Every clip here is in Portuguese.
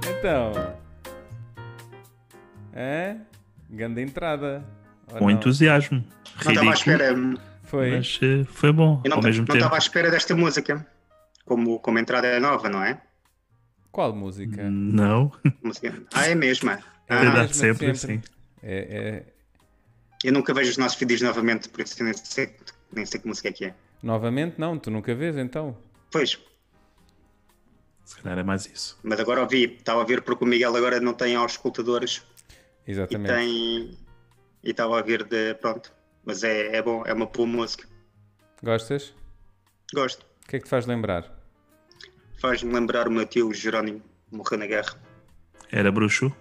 Tadã! Então. É? Grande entrada. ou Com não? entusiasmo. Não estava Ridículo, à espera. Foi. mas eh, foi bom. Eu não Ao ta- mesmo não tempo. estava à espera desta música. Como, como entrada nova, não é? Qual música? Hum, Não, Música- Ah, é a mesma. É a Ah, mesma verdade, de sempre sempre. assim. É, é- eu nunca vejo os nossos vídeos novamente, por isso eu nem sei, nem sei que música é que é. Novamente, não, tu nunca vês então. Pois, Se calhar é mais isso. mas agora ouvi, estava a ouvir porque o Miguel agora não tem auscultadores e Exatamente. tem. E estava a ouvir de. Pronto. Mas é, é bom, é uma boa música. Gostas? Gosto. O que é que te faz lembrar? Faz-me lembrar o meu tio Jerónimo, morreu na guerra. Era bruxo?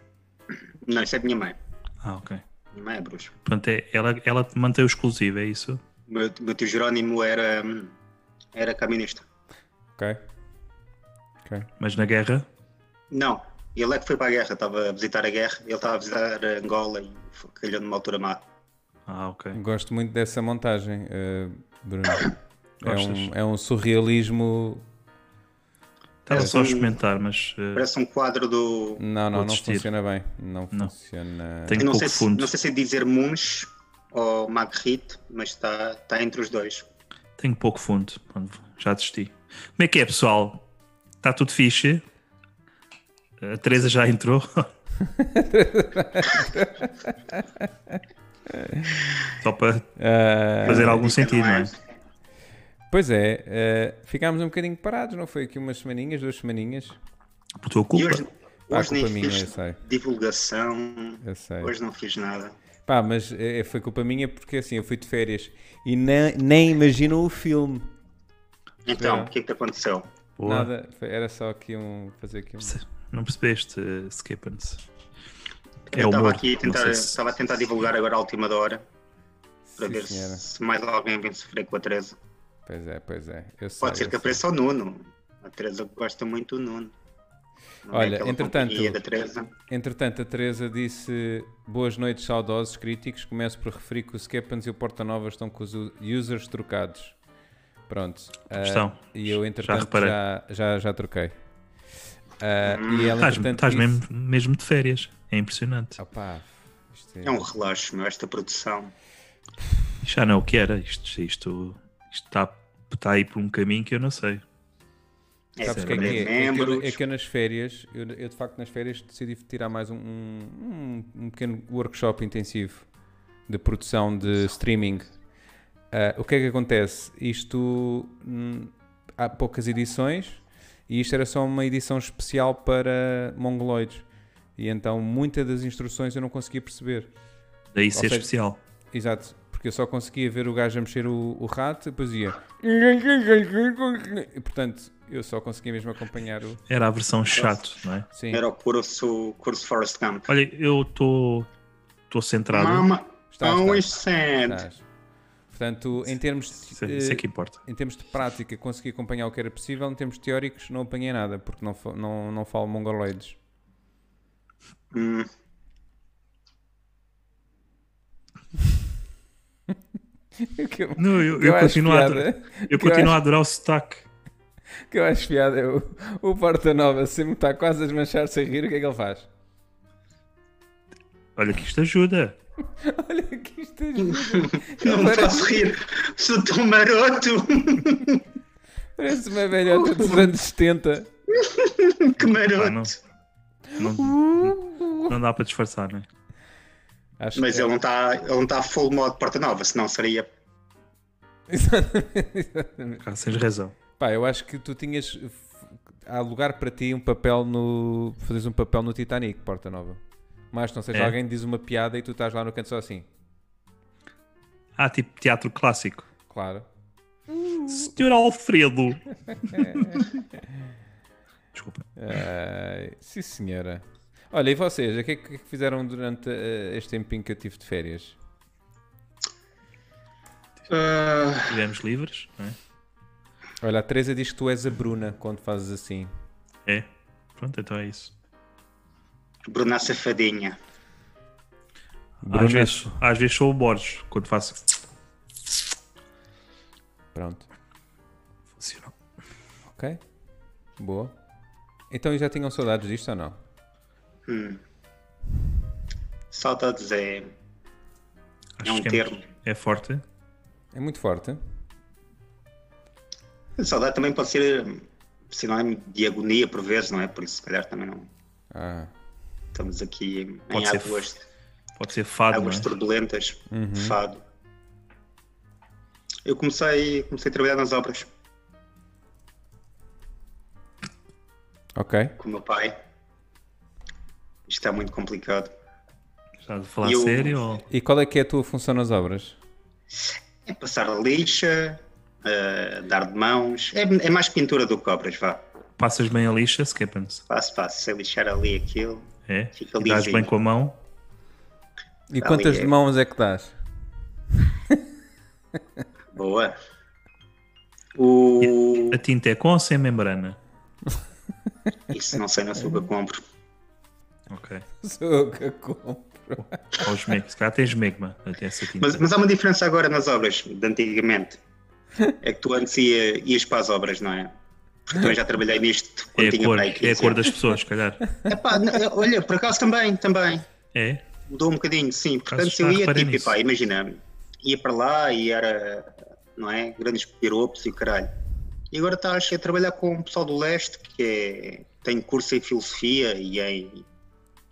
Não, isso é minha mãe. Ah, ok. Minha mãe é bruxa. Portanto, é, ela, ela mantém o exclusivo, é isso? O meu, meu tio Jerónimo era, hum, era caminista. Ok. Ok. Mas na guerra? Não, ele é que foi para a guerra, estava a visitar a guerra, ele estava a visitar a Angola e foi- calhou numa altura má. Ah, ok. Gosto muito dessa montagem, eh, Bruno. É Gostas? um, é um surrealismo. Estava Parece só a um- experimentar, mas eh, Parece um quadro do. Não, não, Vou não desistir. funciona bem. Não, Não. funciona. Tem- eu não pouco sei, se, fundo. não sei se é dizer Munch ou Magritte, mas está está entre os dois. tenho pouco fundo. Pronto, já desisti. Como é que é, pessoal? Está tudo fixe? A Teresa já entrou? só para Ah, fazer algum Dica, sentido, não é? pois é, eh, ficámos um bocadinho parados, não foi? Aqui umas semaninhas, duas semaninhas. Por tua E culpa. hoje, Ah, hoje nem culpa minha, eu fiz sei. divulgação, Eu sei. hoje não fiz nada. Pá, mas eh, foi culpa minha porque assim, eu fui de férias e na- nem imagino o filme. Então, Verão. o que é que te aconteceu? Boa. Nada, foi- era só aqui um. fazer aqui um. Se- Não percebeste, eh, Skippens? eu estava É humor, aqui a não tentar, sei se- estava a tentar divulgar agora à última da hora, para Sim, ver senhora. se mais alguém vem sofrer com a Teresa. Pois é, pois é. Eu sei, Pode ser eu que sei. apareça o Nuno. A Teresa gosta muito do Nuno. Não é Olha, aquela entretanto- companhia da Teresa. Entretanto, a Teresa disse boas noites, saudosos críticos. Começo por referir que o Skeppans e o Porta Nova estão com os u- users trocados. Pronto. ah, Estão. E eu, Já entretanto, reparei. Hum. já, já, já troquei. Ah, e ela, Estás, entretanto, estás disse- mesmo, mesmo de férias. É impressionante. Opá, isto é- É um relaxo, meu, esta produção. Isto Já não é o que era. Isto, isto, isto está, está aí por um caminho que eu não sei. É Sabes o que é sobre que é? É que, eu, membros. é que eu nas férias, eu, eu de facto nas férias decidi tirar mais um, um, um pequeno workshop intensivo de produção de streaming. Ah, o que é que acontece? Isto hum, há poucas edições e isto era só uma edição especial para mongoloides. E então muitas das instruções eu não conseguia perceber. Daí ser seja- especial. Exato, porque eu só conseguia ver o gajo a mexer o, o rato e depois ia. E, portanto, eu só conseguia mesmo acompanhar o. Era a versão chato, não é? Sim. Era o curso, curso Forrest Gump. Olha, eu estou estou Tá. centrado. Mama, Estás, always estás, sand. estás. Portanto, em termos, Isso, de, isso é que importa. em termos de prática, consegui acompanhar o que era possível. Em termos teóricos, não apanhei nada, porque não, fa- não, não falo mongoloides. Hum, que eu, Não, eu, que eu eu, acho continuo, a piada, adorar, eu continuo a adorar o sotaque. que eu acho piada é o, o Porta Nova sempre está quase a desmanchar-se a rir. O que é que ele faz? Olha que isto ajuda. Olha que isto é ajuda. não me Parece- posso rir, sou tão maroto. Parece uma velhota dos anos 70. que Ah, não. maroto. Não, não dá para disfarçar, não é? Acho Mas que é. ele não está ele não tá full modo Porta Nova, senão seria. Exatamente, exatamente. Ah, tens razão. Pá, eu acho que tu tinhas. Há lugar para ti um papel no. Fazes um papel no Titanic, Porta Nova. Mas não seja É. alguém diz uma piada e tu estás lá no canto só assim. Ah, tipo teatro clássico. Claro. Senhor Alfredo. Desculpa. Ai, Eh, sim, senhora. Olha, e vocês? O que é que o que é que fizeram durante eh, este tempinho que eu tive de férias? Ah, Tivemos livres, não é? Olha, a Teresa diz que tu és a Bruna quando fazes assim. é? É. Pronto, então é isso. Bruna Safadinha. Às vezes, às vezes sou o Borges, quando faço. Pronto. Funciona. Ok. Boa. Então já tinham saudades disto ou não? Hum. Saudades é, é Acho um que é- termo. É forte. É muito forte. Saudade também pode ser sinónimo de agonia por vezes, não é? Por isso, se calhar também não. Ah, Estamos aqui Pode em ser águas, Pode ser fado, não águas é? turbulentas, de fado. Eu comecei, comecei a trabalhar nas obras ok. com o meu pai. Isto é muito complicado. Estás a falar E eu- sério? Ou... E qual é que é a tua função nas obras? É passar a lixa, eh, dar de mãos. É, é mais pintura do que obras, vá. Passas bem a lixa, Skippens? Passo, passo. Sei lixar ali aquilo. É? Fica E dás lisinho. bem com a mão? E Dá quantas ali- mãos é que dás? Boa. O... A tinta é com ou sem membrana? Isso não sei, não sei o que eu compro. Ok. Sou eu que a compro. Ou os meg- Se calhar tens megma até essa tinta. Mas, mas há uma diferença agora nas obras de antigamente. É que tu antes ia, ias para as obras, não é? Porque também já trabalhei nisto quando é, a tinha cor, para aí é a 15 cor anos. das pessoas, se calhar. Epá, n- eh, olha, por acaso também, também. É? Mudou um bocadinho, sim. Portanto, acaso eu já ia reparei tipo, nisso. epá, imagina, ia para lá e era, não é? Grandes piropos e o caralho. E agora estás a trabalhar com o pessoal do leste que é- tem curso em filosofia e em,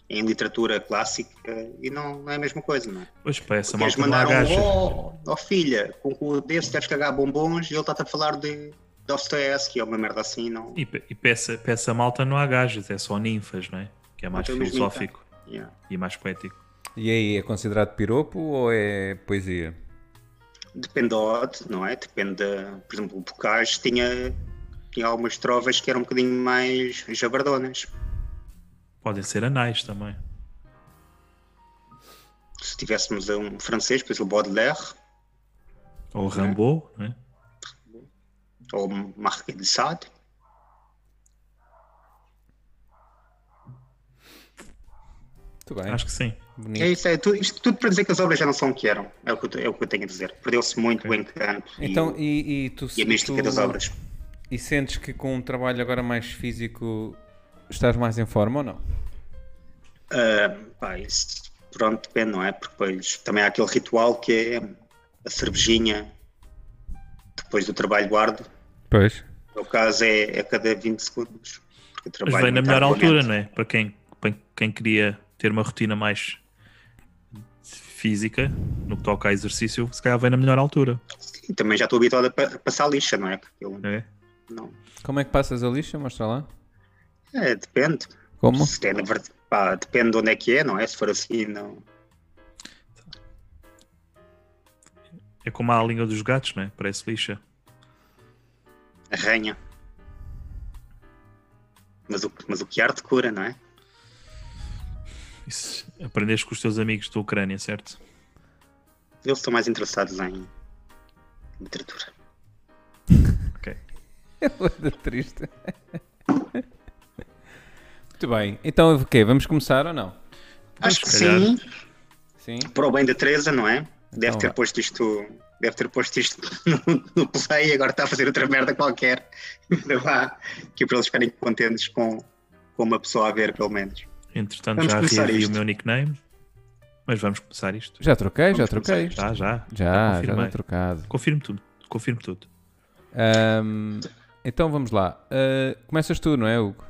em literatura clássica e não, não é a mesma coisa, não é? Pois pá, essa Queres malta não há mandar um gaja. ó, ó filha, com o desse queres cagar bombons e ele está-te a falar de Dostoevsky ou uma merda assim, não? E, pe- e peça, peça malta não há gajas, é só ninfas, não é? Que é mais Então, mas filosófico Yeah. e mais poético. E aí, é considerado piropo ou é poesia? Depende da ode, não é? Depende, da- por exemplo, o Bocage tinha, tinha algumas trovas que eram um bocadinho mais jabardonas. Podem ser anais também. Se tivéssemos um francês, por exemplo, Baudelaire Ou Rambo, não é? ou Marquês de Sade, Muito bem. Acho que sim. Bonito. é isso, é tudo, isto tudo para dizer que as obras já não são o que eram, é o que eu, te- é o que eu tenho a dizer. Perdeu-se muito o encanto e- Então, e, e tu, e, a mística tu- das obras. E sentes que com um trabalho agora mais físico estás mais em forma ou não? Ah, pá, isso, pronto, depende, não é? Porque depois também há aquele ritual que é a cervejinha depois do trabalho guardo. Pois. No meu caso é, é a cada 20 segundos. Porque eu Mas trabalho vem na muito melhor altura, arduamente. não é? Para quem, para quem queria ter uma rotina mais física no que toca a exercício, se calhar vem na melhor altura. E também já estou habituado a pa- a passar lixa, não é? Porque Eu, não é? não. Como é que passas a lixa? Mostra lá. É, depende. Como? Se é, na verdade, pá, depende de onde é que é, não é? Se for assim, não. É como a língua dos gatos, não é? Parece lixa. Arranha. Mas o, mas o que arte cura, não é? Isso, aprendeste com os teus amigos da Ucrânia, certo? Eles estão mais interessados em literatura. Ok. Ela é triste. Muito bem. Então, o quê? Vamos começar ou não? Acho que se calhar. sim. Sim? para o bem da Teresa, não é? Deve Então ter vá. posto isto, deve ter posto isto no, no play e agora está a fazer outra merda qualquer. Ainda vá, que é para eles ficarem contentes com, com uma pessoa a ver, pelo menos. Entretanto, Vamos já começar reavi o isto. meu nickname. Mas vamos começar isto. Já troquei, já Vamos começar troquei. isto. Já, já. Já, já confirmei. está trocado. Confirmo tudo. Confirmo tudo. Ahm, então, vamos lá. Ah, começas tu, não é, Hugo?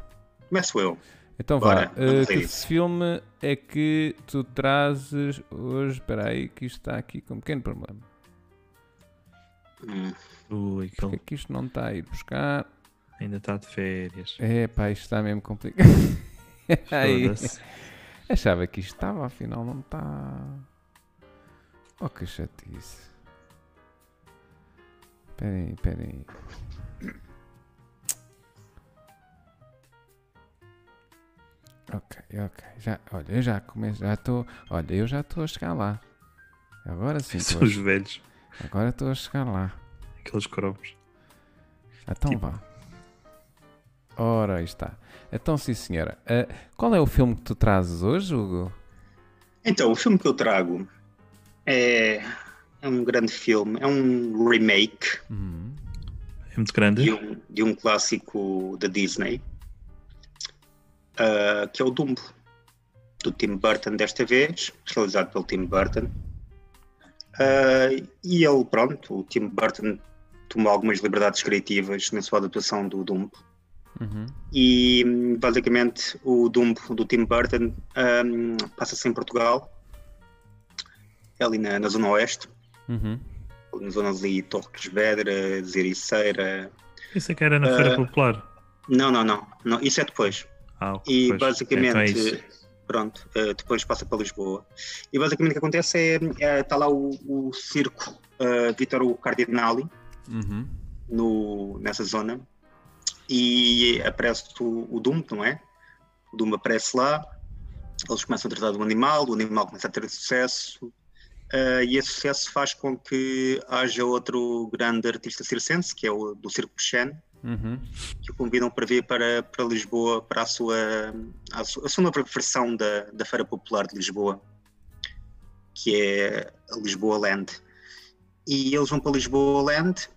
Começo eu. Então Bora, vá. vamos Ah, a que isso. filme é que tu trazes hoje? Espera aí, que isto está aqui com um pequeno problema. Hum, Ui, Porque aquele é que isto não está a ir buscar? ainda está de férias. É pá, isto está mesmo complicado. Aí. Foda-se. Achava que isto estava, afinal não está. Oh que chatice. Espera aí, espera aí. Ok, ok. Já, olha, eu já começo, já estou. Olha, eu já estou a chegar lá. Agora sim, São tô a- os velhos. agora estou a chegar lá. Aqueles cromos. Então vá. Ora, aí está. Então, sim, senhora. Ah, qual é o filme que tu trazes hoje, Hugo? Então, o filme que eu trago é, é um grande filme, é um remake Hum. É muito grande. de um, de um clássico da Disney. ah, que é o Dumbo, do Tim Burton desta vez, realizado pelo Tim Burton. Ah, e ele, pronto, o Tim Burton tomou algumas liberdades criativas na sua adaptação do Dumbo. Uhum. E hum, basicamente o Dumbo do Tim Burton hum, passa-se em Portugal, ali na, na Zona Oeste, Uhum. na zona ali Torres Vedras, Ericeira. Isso é que era na ah, Feira Popular. Não, não, não, não, isso é depois. Ah, pois. E Então é basicamente, isso. pronto, eh, depois passa para Lisboa. E basicamente o que acontece é, está lá o, o circo eh, Vitor Cardinali, Uhum. no, nessa zona e aparece o, o Dumbo, não é? O Dumbo aparece lá, eles começam a tratar do animal, o animal começa a ter sucesso eh, e esse sucesso faz com que haja outro grande artista circense, que é o do Circo Chen, Uhum. que o convidam para vir para, para Lisboa, para a sua, a sua, a sua nova versão da, da Feira Popular de Lisboa, que é a Lisboa Land. E eles vão para Lisboa Land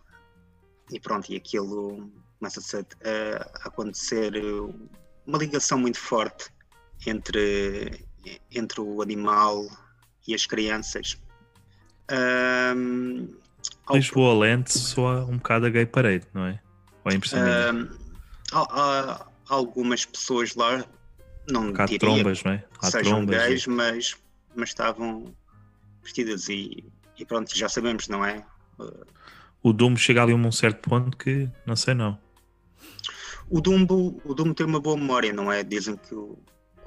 e pronto, e aquilo começa a, a acontecer uma ligação muito forte entre, entre o animal e as crianças. Ahm, ao- Lisboa Lente soa um bocado a gay parede, não é? Ou é impressão minha? Ahm, Hum, há, há algumas pessoas lá, não Porque há diria Um trombas, não é? que Há sejam trombas. gays, mas, mas estavam vestidas e, e pronto, já sabemos, não é? O Dumbo chega ali a um certo ponto que não sei não. O Dumbo, o Dumbo tem uma boa memória, não é? Dizem que, o-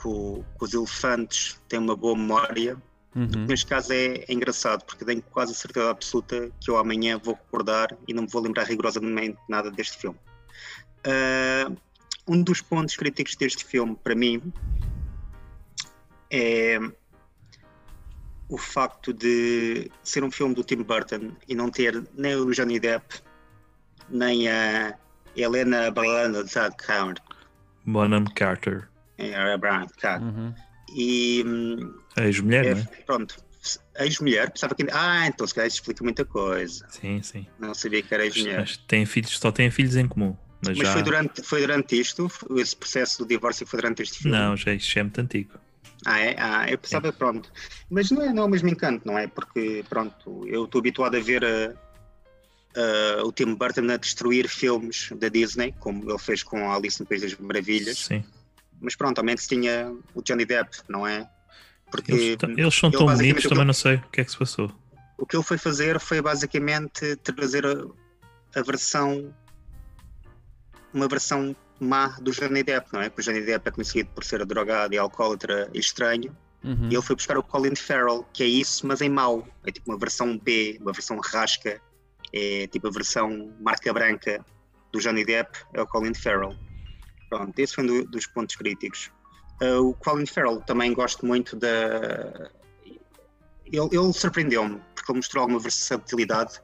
que o- que os elefantes têm uma boa memória. Uhum. Neste caso é, é engraçado, porque tenho quase a certeza absoluta que eu amanhã vou acordar e não me vou lembrar rigorosamente nada deste filme. Ah, um dos pontos críticos deste filme, para mim, é o facto de ser um filme do Tim Burton e não ter nem o Johnny Depp, nem a Helena Bonham Bonham Carter. Carter. Uhum. eh, E hum, Ex-mulher, é, não é? pronto, ex-mulher, pensava que. Ah, então se calhar isso explica muita coisa. é? Sim, sim. Não sabia que era ex-mulher. Mas têm filhos, só têm filhos em comum. Mas, Mas já... foi durante, foi durante isto? Foi- Esse processo do divórcio foi durante este filme? Não, já isso já é muito antigo. Ah, é? Ah, eu pensava, pronto. Mas não é, não é o mesmo encanto, não é? Porque, pronto, eu estou habituado a ver ah, ah, o Tim Burton a destruir filmes da Disney, como ele fez com a Alice no País das Maravilhas. Sim. Mas pronto, ao menos tinha o Johnny Depp, não é? Porque Eles, ta- eles são ele tão basicamente bonitos, o que também eu- não sei o que é que se passou. o que ele foi fazer foi basicamente trazer a, a versão uma versão má do Johnny Depp, não é? Porque o Johnny Depp é conhecido por ser drogado e alcoólatra e estranho Uhum. e ele foi buscar o Colin Farrell, que é isso, mas em mau é tipo uma versão B, uma versão rasca é tipo a versão marca branca do Johnny Depp é o Colin Farrell pronto, esse foi um do- dos pontos críticos Ah, o Colin Farrell também gosto muito da ele, ele surpreendeu-me porque ele mostrou alguma versatilidade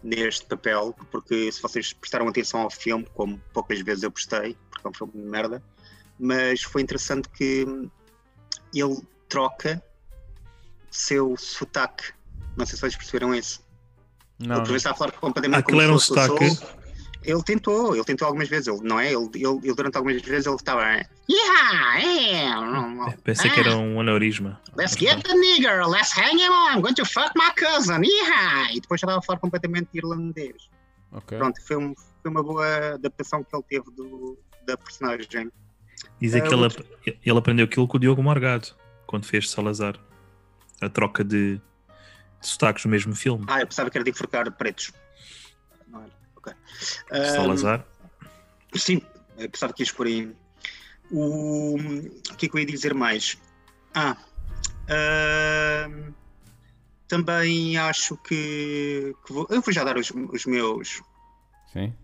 neste papel, porque se vocês prestaram atenção ao filme, como poucas vezes eu prestei, porque é um filme de merda, mas foi interessante que ele troca seu sotaque. Não sei se vocês perceberam isso. Não, ele por vezes está a falar completamente Aquilo era um como se fosse sotaque. o Sul. Ele tentou, ele tentou algumas vezes, ele, não é? Ele, ele, ele durante algumas vezes ele estava. "Yeah, Yeah, Pensei que era um aneurisma. É, Let's get the nigger, let's hang him on, I'm going to fuck my cousin, yeah! E depois já estava a falar completamente irlandês. ok. Pronto, foi, um- foi uma boa adaptação que ele teve do, da personagem. Dizem É, que ele, outro- ap- ele aprendeu aquilo com o Diogo Morgado, quando fez Salazar. A troca de, de sotaques no mesmo filme. Ah, eu pensava que era de enforcar pretos. Não era? Ok. Ahm, Salazar. Sim, eu pensava que ias por aí. O, o que é que eu ia dizer mais? Ah, ahm, também acho que, que vou- eu vou já dar os, os meus, Sim.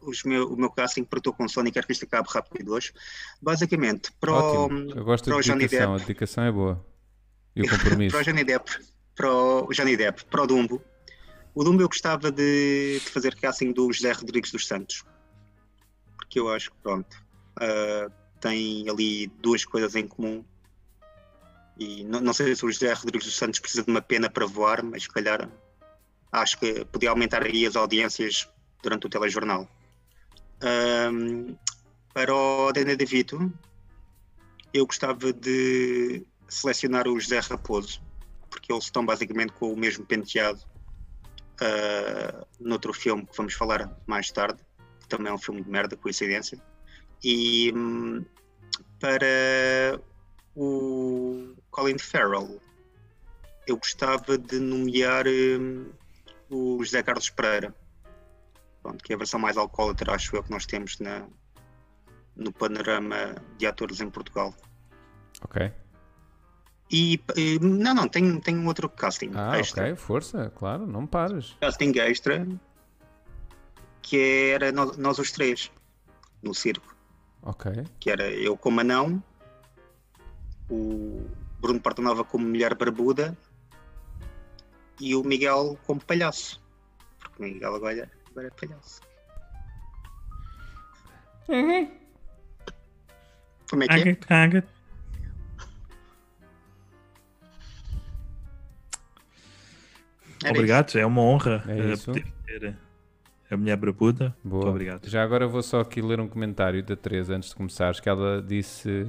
os meu, o meu casting para o Tô com Sony, quero que isto acabe rápido hoje. Basicamente, para o, Ótimo. Eu gosto para da o Johnny dedicação. A dedicação é boa. E o compromisso. para o Johnny Depp, para o Johnny Depp, para o Dumbo. O Dumbo eu gostava de, de fazer casting do José Rodrigues dos Santos. Porque eu acho que pronto. ah, tem ali duas coisas em comum. E não, não sei se o José Rodrigues dos Santos precisa de uma pena para voar, mas se calhar acho que podia aumentar aí as audiências durante o telejornal. Ahm, para o Dana DeVito, eu gostava de selecionar o José Raposo, porque eles estão basicamente com o mesmo penteado ah, noutro filme que vamos falar mais tarde, que também é um filme de merda, coincidência. E hum, para o Colin Farrell, eu gostava de nomear hum, o José Carlos Pereira, Pronto, que é a versão mais alcoólatra, acho eu, que nós temos na, no panorama de atores em Portugal. Ok. E, eh, não, não, tenho, tenho um outro casting Ah, extra. ok, força, claro, não pares. Casting extra que era no- nós, os três no circo. Ok, Que era eu como anão, o Bruno Partanova como mulher barbuda e o Miguel como palhaço. Porque o Miguel agora, agora é palhaço. Uhum. Como é que é? Caga, caga. Era Obrigado, é uma honra É eh, isso. poder ter a mulher barbuda. Muito boa. obrigado. Já agora vou só aqui ler um comentário da Teresa antes de começares, que ela disse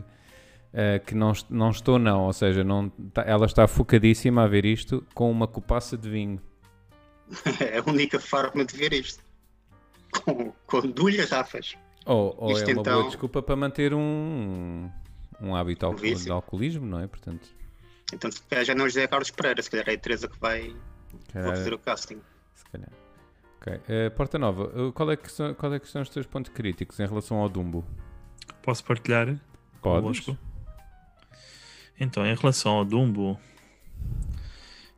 eh, que não, est- não estou não, ou seja, não, tá- ela está focadíssima a ver isto com uma copaça de vinho. isso. É a única forma de ver isto. Com, com duas garrafas. Ou, ou é Isto uma boa então- desculpa para manter um, um hábito alco- vício. de alcoolismo, não é? Portanto, Então se calhar já não é o José Carlos Pereira, se calhar é a Teresa que vai vou caralho, fazer o casting. se calhar. Ok, eh, Porta Nova, eh, qual é, que são, qual é que são os teus pontos críticos em relação ao Dumbo? Posso partilhar? Podes? convosco. Então, em relação ao Dumbo,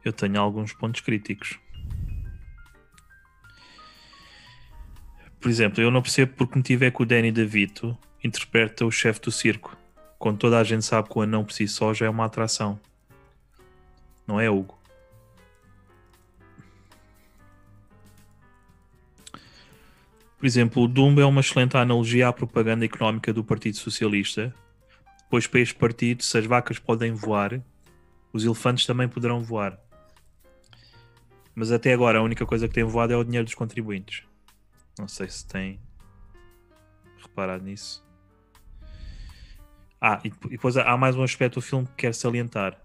eu tenho alguns pontos críticos. Por exemplo, eu não percebo por que motivo é que o Danny DeVito interpreta o chefe do circo, quando toda a gente sabe que o anão por si só já é uma atração. Não é, Hugo? Por exemplo, o Dumbo é uma excelente analogia à propaganda económica do Partido Socialista, pois para este partido, se as vacas podem voar, os elefantes também poderão voar. Mas até agora a única coisa que tem voado é o dinheiro dos contribuintes. Não sei se tem reparado nisso. Ah, e depo- e depois há há mais um aspecto do filme que quero salientar.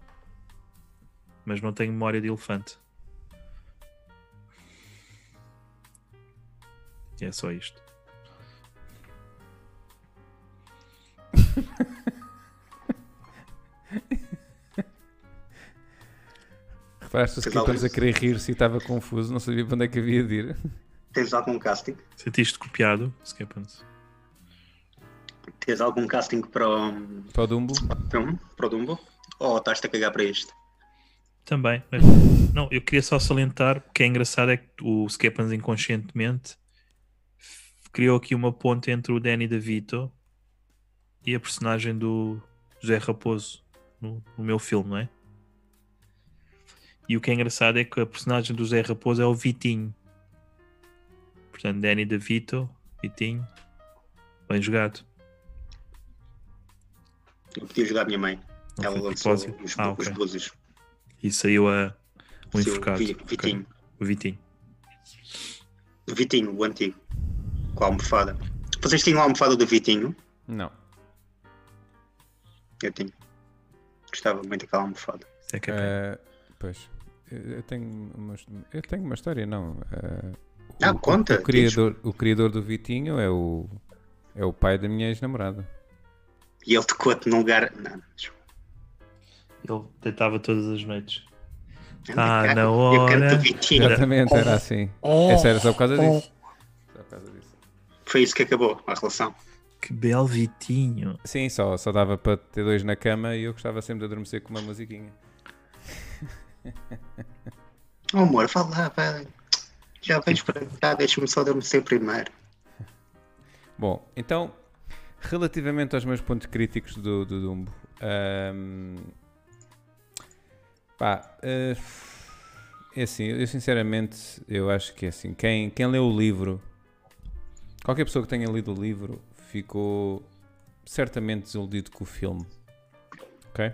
Mas não tenho memória de elefante. E é só isto. Reparaste que Pois não. depois a querer rir-se e estava confuso, não sabia para onde é que havia de ir. Tens algum casting? Sentiste copiado, Skippens? Tens algum casting para o, Para o Dumbo? para o- para o Dumbo? Ou estás-te a cagar para este? Também, mas não, eu queria só salientar que é engraçado é que o Skeppans inconscientemente f- criou aqui uma ponte entre o Danny DeVito e a personagem do José Raposo no, no meu filme, não é? E o que é engraçado é que a personagem do José Raposo é o Vitinho. Portanto, Danny DeVito, Vitinho, bem jogado. Eu podia jogar a minha mãe. Não Ela foi de lançou os, propósito? Ah, os ok. búzios. E saiu a, o Seu enforcado. Vi- Ok. Vitinho. O Vitinho. Vitinho, o antigo. Com a almofada. Vocês tinham a almofada do Vitinho? Não. Eu tinha. Gostava muito daquela almofada. Isso é que é bem. Eh, pois. Eu eu tenho uma, his- eu tenho uma história, não. eh, Ah, conta, O criador, o criador do Vitinho é o, é o pai da minha ex-namorada. E ele tocou-te num lugar. Não, Ele deitava todas as noites. Anda Ah, cá, na Eu canto hora. do Vitinho. Exatamente, Oh. era assim. Essa era só por causa disso. Só por causa disso. Foi isso que acabou a relação. Que belo Vitinho. Sim, só, só dava para ter dois na cama e eu gostava sempre de adormecer com uma musiquinha. Oh, amor, fala lá, vai. Já vens Tipo- para cá, deixa-me só adormecer primeiro. Bom, então, relativamente aos meus pontos críticos do, do Dumbo, ahm, pá, eh, é assim, eu sinceramente, eu acho que é assim, quem, quem leu o livro, qualquer pessoa que tenha lido o livro, ficou certamente desiludido com o filme, ok?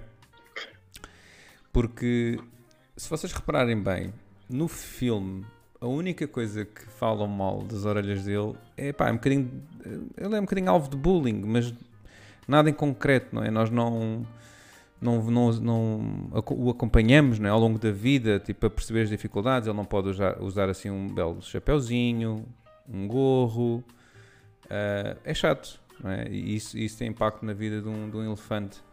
Porque, se vocês repararem bem, no filme, a única coisa que falam mal das orelhas dele é pá, é um bocadinho. Ele é um bocadinho alvo de bullying, mas nada em concreto, não é? Nós não, não, não, não ac- o acompanhamos não é? ao longo da vida, tipo, a perceber as dificuldades. Ele não pode usar, usar assim um belo chapéuzinho, um gorro. Ah, é chato, não é? E isso, isso tem impacto na vida de um, de um elefante.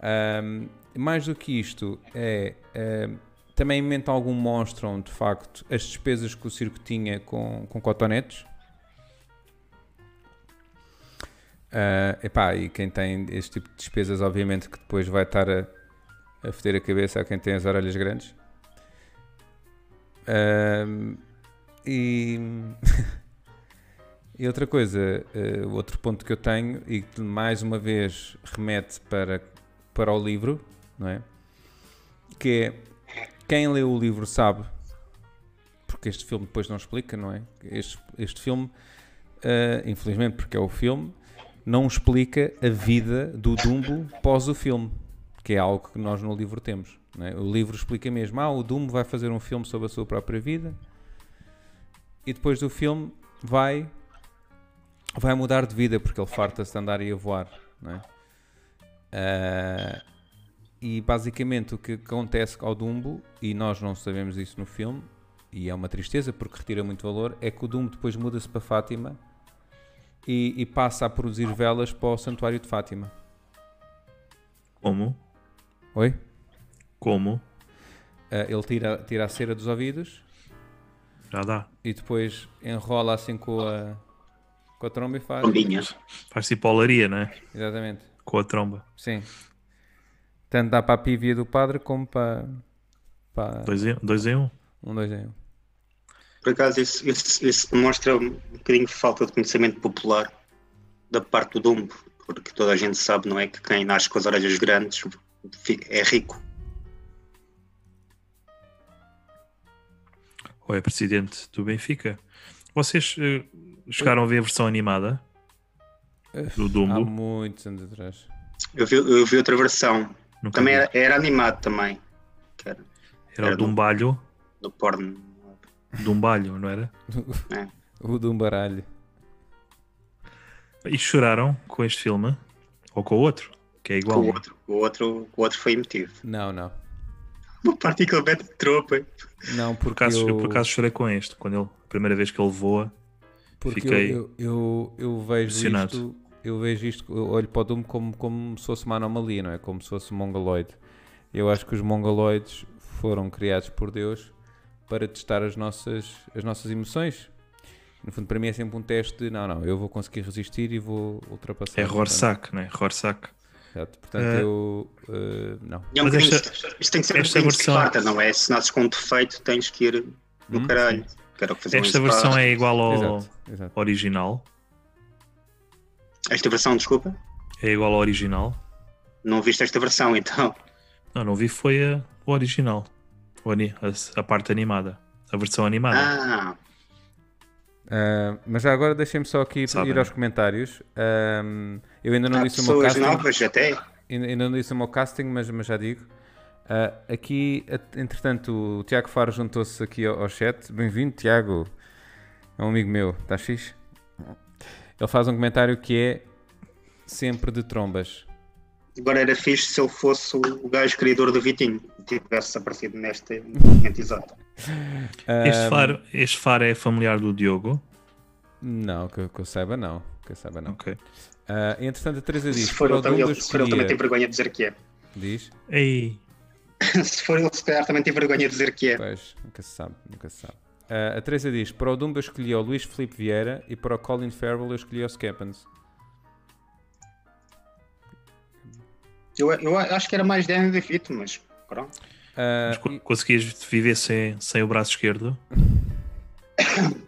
Ahm, mais do que isto, é, ahm, também em momento algum mostram, de facto, as despesas que o circo tinha com, com cotonetes. Ah, epá, e quem tem este tipo de despesas, obviamente, que depois vai estar a, a foder a cabeça a quem tem as orelhas grandes. Ahm, e, e outra coisa, eh, o outro ponto que eu tenho, e que mais uma vez remete para, para o livro, não é? Que é quem lê o livro sabe, porque este filme depois não explica, não é? Este, este filme, eh, infelizmente, porque é o filme, não explica a vida do Dumbo pós o filme, que é algo que nós no livro temos. não é? O livro explica mesmo: ah, o Dumbo vai fazer um filme sobre a sua própria vida e depois do filme vai vai mudar de vida porque ele farta-se de andar e a voar, não é? Ah, e basicamente o que acontece ao Dumbo, e nós não sabemos isso no filme, e é uma tristeza porque retira muito valor, é que o Dumbo depois muda-se para Fátima e, e passa a produzir velas para o Santuário de Fátima. Como? Oi? Como? Ah, ele tira, tira a cera dos ouvidos Já dá. e depois enrola assim com a, com a tromba e faz. Trombinha. Faz tipo olaria, né? Exatamente. Com a tromba. Sim. Tanto dá para a pívia do padre como para, para Dois em, dois em um. um dois em um. Por acaso, isso, isso, isso demonstra um bocadinho falta de conhecimento popular da parte do Dumbo, porque toda a gente sabe, não é? Que quem nasce com as orelhas grandes fi- é rico. Ou é presidente do Benfica. Vocês eh, chegaram a ver a versão animada? Eh, Do Há Dumbo? muitos anos atrás. Eu vi, eu vi outra versão, Nunca também vi. era, era animado também, que era Era o era do- Dumbalho. do porno. Dumbalho, não era? O de um baralho. E choraram com este filme? Ou com o outro? Que é igual. Com né? o outro, com o outro, com o outro foi emotivo. Não, não. Uma partícula de tropa. Não, porque Por acaso, eu, eu... por acaso chorei com este. Quando ele, a primeira vez que ele voa, porque fiquei eu, eu, eu, eu vejo impressionado. isto, eu vejo isto, eu olho para o Doom como, como se fosse uma anomalia, não é? Como se fosse um mongoloide. Eu acho que os mongoloides foram criados por Deus para testar as nossas, as nossas emoções. No fundo, para mim é sempre um teste de não, não, eu vou conseguir resistir e vou ultrapassar. é Portanto, Rorsac, né? Rorsac. Exato. Portanto, Eh, eu. eh, não. E é um Mas bocadinho- esta- isto tem que ser um esta bocadinho versão- Esparta, não é? Se nasces com um defeito, tens que ir no Hum, caralho. Que era o que um faziam Esta em versão Esparta. é igual ao Exato. exato. original. Esta versão, desculpa. É igual ao original. Não viste esta versão, então. Não, não vi foi a, o original. O ani- a, a parte animada. A versão animada. Ah, Ah, mas já agora deixem-me só aqui ir Sabem. aos comentários. Ahm, eu ainda não há disse o meu pessoas casting, novas até. ainda ainda não disse o meu casting, mas, mas já digo. Ah, aqui, at- entretanto, o Tiago Faro juntou-se aqui ao, ao chat. Bem-vindo, Tiago. É um amigo meu, está fixe? Ele faz um comentário que é sempre de trombas. Agora era fixe se ele fosse o gajo criador do Vitinho e tivesse aparecido neste momento exato. Este, faro, este faro é familiar do Diogo. Não, que, eu- que eu saiba, não. Que eu saiba, não. Ok. Ah, entretanto, a Teresa diz: Se for para ele o também, Dumbo eu ele, se for ele também tem escolhia. vergonha de dizer que é. Diz. Ei, se for ele, se calhar também tem vergonha de dizer que é. Pois, nunca se sabe, nunca se sabe. Ah, a Teresa diz: para o Dumbo eu escolhi o Luís Filipe Vieira e para o Colin Farrell eu escolhi o Skeppens. Eu, eu acho que era mais Danny DeVito, mas pronto. Ah, mas co- conseguias viver sem, sem o braço esquerdo?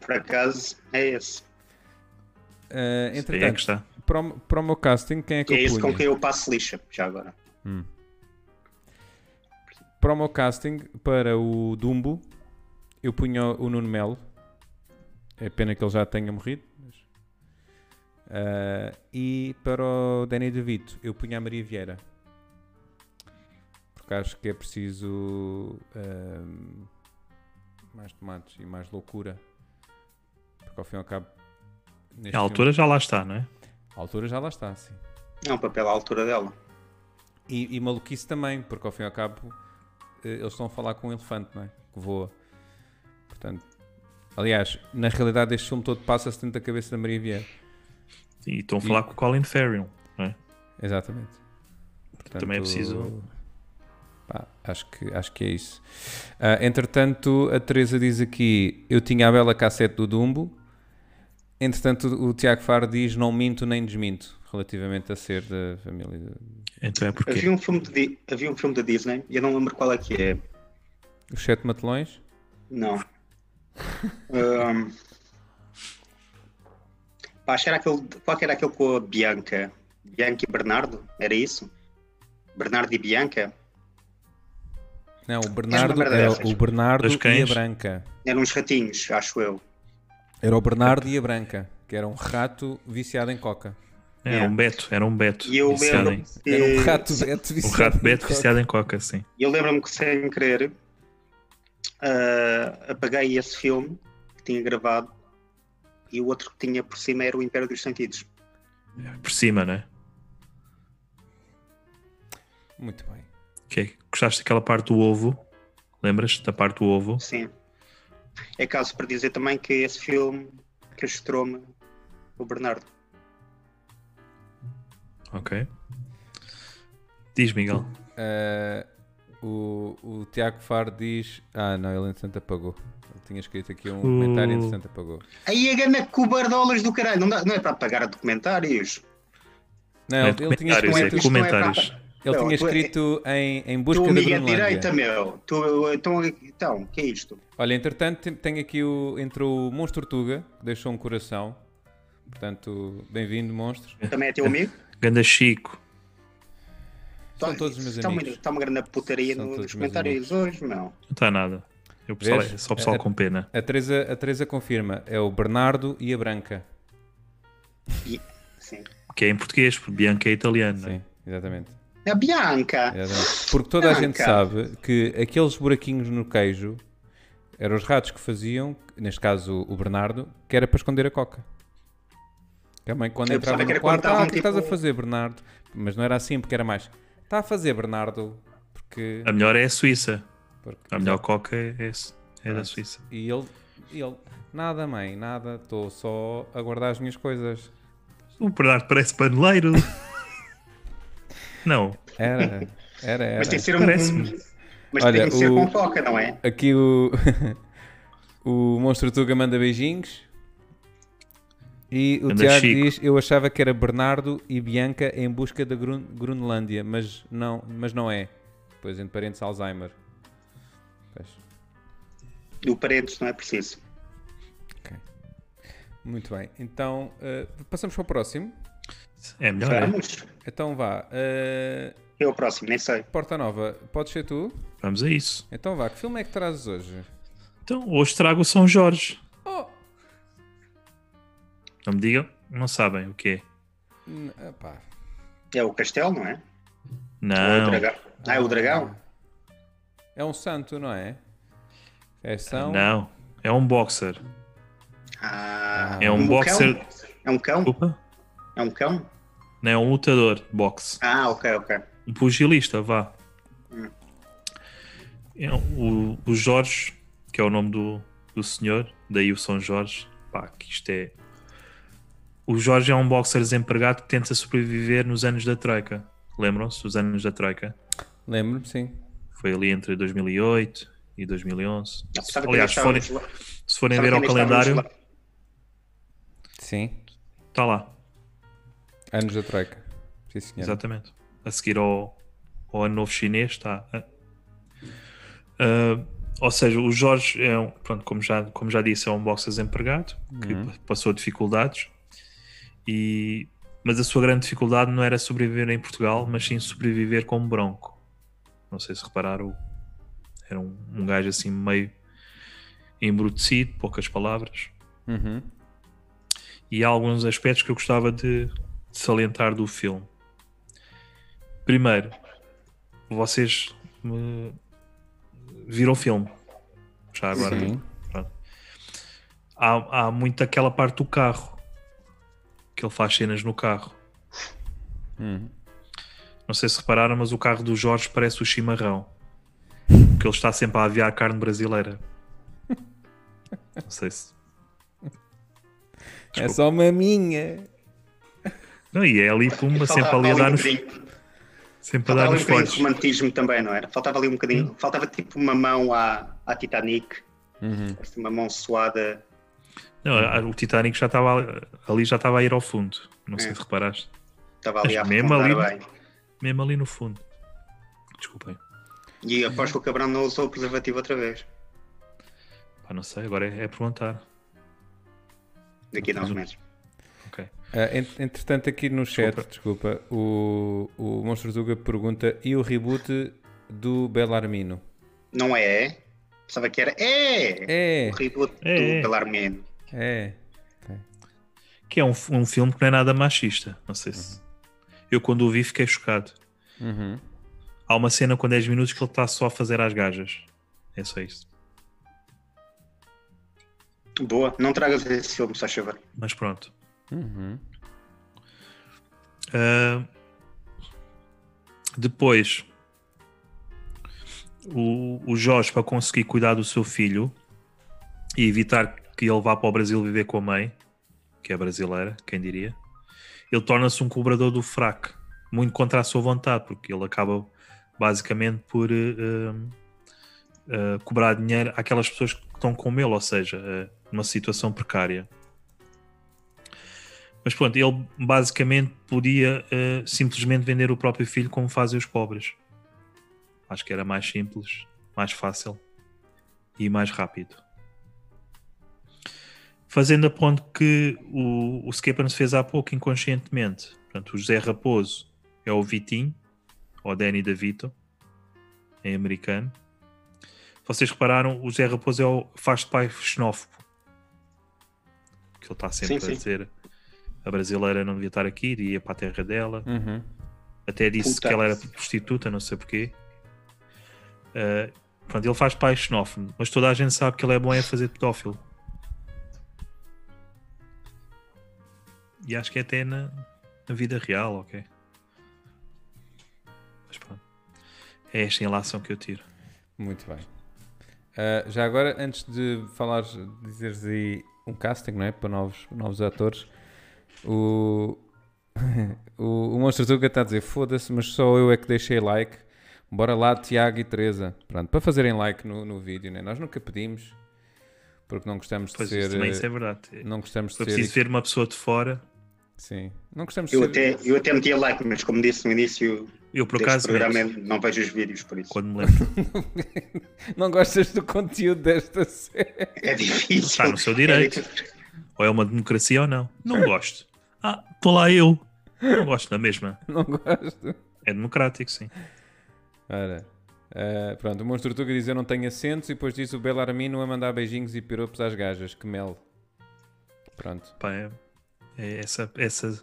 Por acaso, é esse. ah, Aí é que entretanto, está. para, o, para o meu casting, quem é que é eu esse com punha? quem eu passo lixa, já agora. Para o meu casting, para o Dumbo, eu punha o o Nuno Melo. É pena que ele já tenha morrido. mas- Ah, e para o Danny DeVito, eu punha a Maria Vieira. Porque acho que é preciso ahm, mais tomates e mais loucura. Porque ao fim e ao cabo. neste A filme- altura já lá está, não é? a altura já lá está, sim. É um papel à altura dela. E, e maluquice também, porque ao fim e ao cabo eh, eles estão a falar com um elefante, não é? Que voa. Portanto, aliás, na realidade este filme todo passa-se dentro da cabeça da Maria Vieira. E estão a falar com o Colin Farrell, não é? Exatamente. Portanto, Também é preciso. pá, acho, que, acho que é isso. Ah, entretanto, a Teresa diz aqui: Eu tinha a bela cassete do Dumbo. Entretanto, o Tiago Faro diz: Não minto nem desminto, relativamente a ser da família. de- Então é porque. Havia um, filme de, Di- havia um filme da Disney, eu não lembro qual é que é. Os Sete Matelões. Não. Ahm. Pá, acho que era aquele, qual que era aquele com a Bianca? Bianca e Bernardo? Era isso? Bernardo e Bianca? Não, o Bernardo, É merda era dessas. o Bernardo Dos e a cães. Branca. Eram uns ratinhos, acho eu. Era o Bernardo e a Branca, que era um rato viciado em coca. Era um Beto, era um Beto. E eu viciado lembro-me em- que, Era um rato beto Um viciado. rato em Beto coca. viciado em coca, sim. eu lembro-me que sem querer ah, apaguei esse filme que tinha gravado e o outro que tinha por cima era o Império dos Sentidos. Por cima, né? Muito bem. Ok. é, Gostaste daquela parte do ovo? Lembras da parte do ovo? Sim. É caso para dizer também que esse filme castrou-me o Bernardo. Ok. Diz, Miguel. Eh, o, o Tiago Faro diz. Ah, não, ele entretanto apagou. Ele tinha escrito aqui um comentário e Uh. entretanto apagou. Aí é a gana cubardolas do caralho, não, dá- não é para apagar documentários. Não, Não é ele, ele tinha comentários, é escrito, isto não é comentários. para- ele Não, tinha tu é- escrito em, em busca Tu, da amiga Grunlândia. direita, meu. Tu, então, então, que é isto? Olha, entretanto, tem- tem aqui o. Entrou o Monstro Tuga, que deixou um coração. Portanto, bem-vindo, monstro. Também é teu amigo? Ganda Chico. São todos os meus Está uma, amigos. está então, uma grande putaria São no- todos nos os meus comentários hoje, meu. Não está nada. Eu pessoal, Vês? é só pessoal É- com pena. A Teresa, a Teresa confirma: é o Bernardo e a Branca. E- Sim. Que é em português, porque Bianca é italiano. né? Sim, exatamente. A Bianca! É, Exatamente. Porque toda a Não, gente cara. sabe que aqueles buraquinhos no queijo eram os ratos que faziam, neste caso o Bernardo, que era para esconder a coca. Também quando Eu entrava pensava que no era quando quarto, ah, o estavam, que estás a tipo- fazer, Bernardo? Mas não era assim, porque era mais, está a fazer, Bernardo, porque... A melhor é a Suíça. porque- A melhor coca é, é, é da Suíça. E ele, e ele, nada mãe, nada, estou só a guardar as minhas coisas. O Bernardo parece paneleiro. não. Era, era, era. Mas tem que ser um. Parece-me. um- Mas é. Olha, tem que ser o- com coca, não é? Aqui o, o Monstro Tuga manda beijinhos. E o Anda Tiago Chico. diz: Eu achava que era Bernardo e Bianca em busca da Grun Grunlândia, mas não, mas não é. Pois, entre parênteses, Alzheimer. Pois, Do parentes não é preciso. ok. Muito bem. Então, eh, passamos para o próximo. É melhor, é? Vamos? Então vá. eh, É o próximo, nem sei. Porta Nova, podes ser tu? Vamos a isso. Então vá, que filme é que trazes hoje? Então, hoje trago o São Jorge. Oh! Não me digam, não sabem o que é. n- epá. É o castelo, não é? Ou é o Não, dragão? Ah, é o dragão? É um santo, não é? É São. não. É um boxer. Ah, É um boxer- Cão? É um cão? Desculpa. É um cão? Não é um lutador de boxe. Ah, ok, ok. Um pugilista, vá. Hum. É um- o, o Jorge, que é o nome do, do senhor, daí o São Jorge. Pá, que isto é. O Jorge é um boxer desempregado que tenta sobreviver nos anos da Troika. Lembram-se dos anos da Troika? Lembro-me, sim. Foi ali entre 2008 e 2011. Eu pensava que Aliás, se ainda forem, estávamos lá- se forem pensava ver que ao ainda estávamos calendário, lá. Sim. está lá. Anos da Troika. Sim, senhor. Exatamente. A seguir ao, ao ano novo chinês está. a- Ah, ou seja, o Jorge é um, pronto, como já, como já disse, é um boxer desempregado que pa- passou dificuldades. E, mas a sua grande dificuldade não era sobreviver em Portugal, mas sim sobreviver como bronco. Não sei se repararam, era um, um gajo assim meio embrutecido, poucas palavras Uhum. e há alguns aspectos que eu gostava de, de salientar do filme. Primeiro, vocês me- viram o filme. Já agora. Sim. Pronto. Há, há muito aquela parte do carro que ele faz cenas no carro. Hum. Não sei se repararam, mas o carro do Jorge parece o chimarrão. Porque ele está sempre a aviar carne brasileira. Não sei se. É só uma minha. Não, e é ali, pumba, sempre ali a dar nos, sempre a dar nos um Faltava ali um bocadinho de fortes. romantismo também, não era? Faltava ali um bocadinho. Uhum. Faltava tipo uma mão à, à Titanic, Uhum. assim, uma mão suada. Não, a- o Titanic já estava ali, já estava a ir ao fundo. Não sei se reparaste. Estava ali Mas a mesmo afundar ali- bem. Mesmo ali no fundo. Desculpem. E aposto que o Cabrão não usou o preservativo outra vez. Pá, não sei, agora é, é perguntar. Daqui a Mas nove o- meses. Ok. Ah, ent- entretanto, aqui no chat, desculpa, o, o Monstro Zuga pergunta: e o reboot do Belarmino? Não é? Pensava que era. É! É, O reboot do É, é. Belarmino. é. Que é um, f- um filme que não é nada machista. Não sei se. Eu quando o vi fiquei chocado. Uhum. Há uma cena com 10 minutos que ele está só a fazer às gajas. É só isso. Boa. Não tragas esse filme, só chover. Mas pronto. Uhum. Ah, depois, o, o Jorge, para conseguir cuidar do seu filho e evitar que ele vá para o Brasil viver com a mãe, que é brasileira, quem diria, ele torna-se um cobrador do fraco, muito contra a sua vontade, porque ele acaba basicamente por eh, eh, eh, cobrar dinheiro àquelas pessoas que estão com ele, ou seja, eh, numa situação precária. Mas pronto, ele basicamente podia eh, simplesmente vender o próprio filho como fazem os pobres. Acho que era mais simples, mais fácil e mais rápido. Fazendo a ponte que o, o Skeppers fez há pouco inconscientemente. Portanto, o José Raposo é o Vitinho, ou Danny DeVito, em americano. Vocês repararam, o José Raposo é o, faz de pai xenófobo. Que ele está sempre Sim, a sim. dizer a brasileira não devia estar aqui, ia para a terra dela. Uhum. Até disse Puta. que ela era prostituta, não sei porquê. Ah, pronto, ele faz pai xenófobo, mas toda a gente sabe que ele é bom é fazer de pedófilo. E acho que é até na, na vida real, ok? Mas pronto. É esta enlação que eu tiro. Muito bem. Ah, já agora, antes de falar, dizeres aí um casting, não é? Para novos, novos atores, o, o, o Monstro Zuga está a dizer: foda-se, mas só eu é que deixei like. Bora lá, Tiago e Teresa. Pronto, para fazerem like no, no vídeo, né? Nós nunca pedimos, porque não gostamos de Pois ser. isso também isso eh, é verdade. Não gostamos Foi de ser. preciso ver uma pessoa de fora. Sim, não gostamos de Eu ser. até, eu até metia like, mas como disse no início Eu, por deste acaso, é programa, meto, não vejo os vídeos, por isso. quando me lembro. Não gostas do conteúdo desta série. É difícil. Está no seu direito. Ou é uma democracia ou não. Não gosto. Ah, estou lá eu. Não gosto da mesma. Não gosto. É democrático, sim. Ora, ah, pronto, o Monstro Tuga diz eu não tenho assentos e depois diz o Belarmino a mandar beijinhos e piropos às gajas, que mel. Pronto. Pá, é, é essa, essa,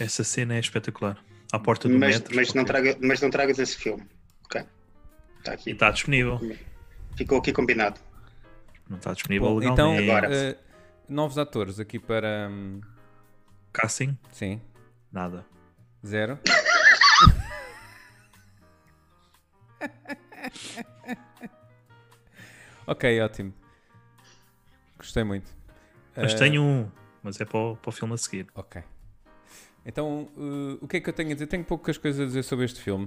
essa cena é espetacular. À porta do mas, metro. mas, não tá- ok. traga, mas não tragas esse filme. Ok. Está E tá. aqui. está disponível. Ficou aqui combinado. Não está disponível Bom, então, legalmente. Agora. ah, novos atores aqui para. hum, Casting? sim, Nada. zero. ok, ótimo. Gostei muito. Mas Ah, tenho um. Mas é para o, para o filme a seguir. Ok. Então, uh, o que é que eu tenho a dizer? Tenho poucas coisas a dizer sobre este filme,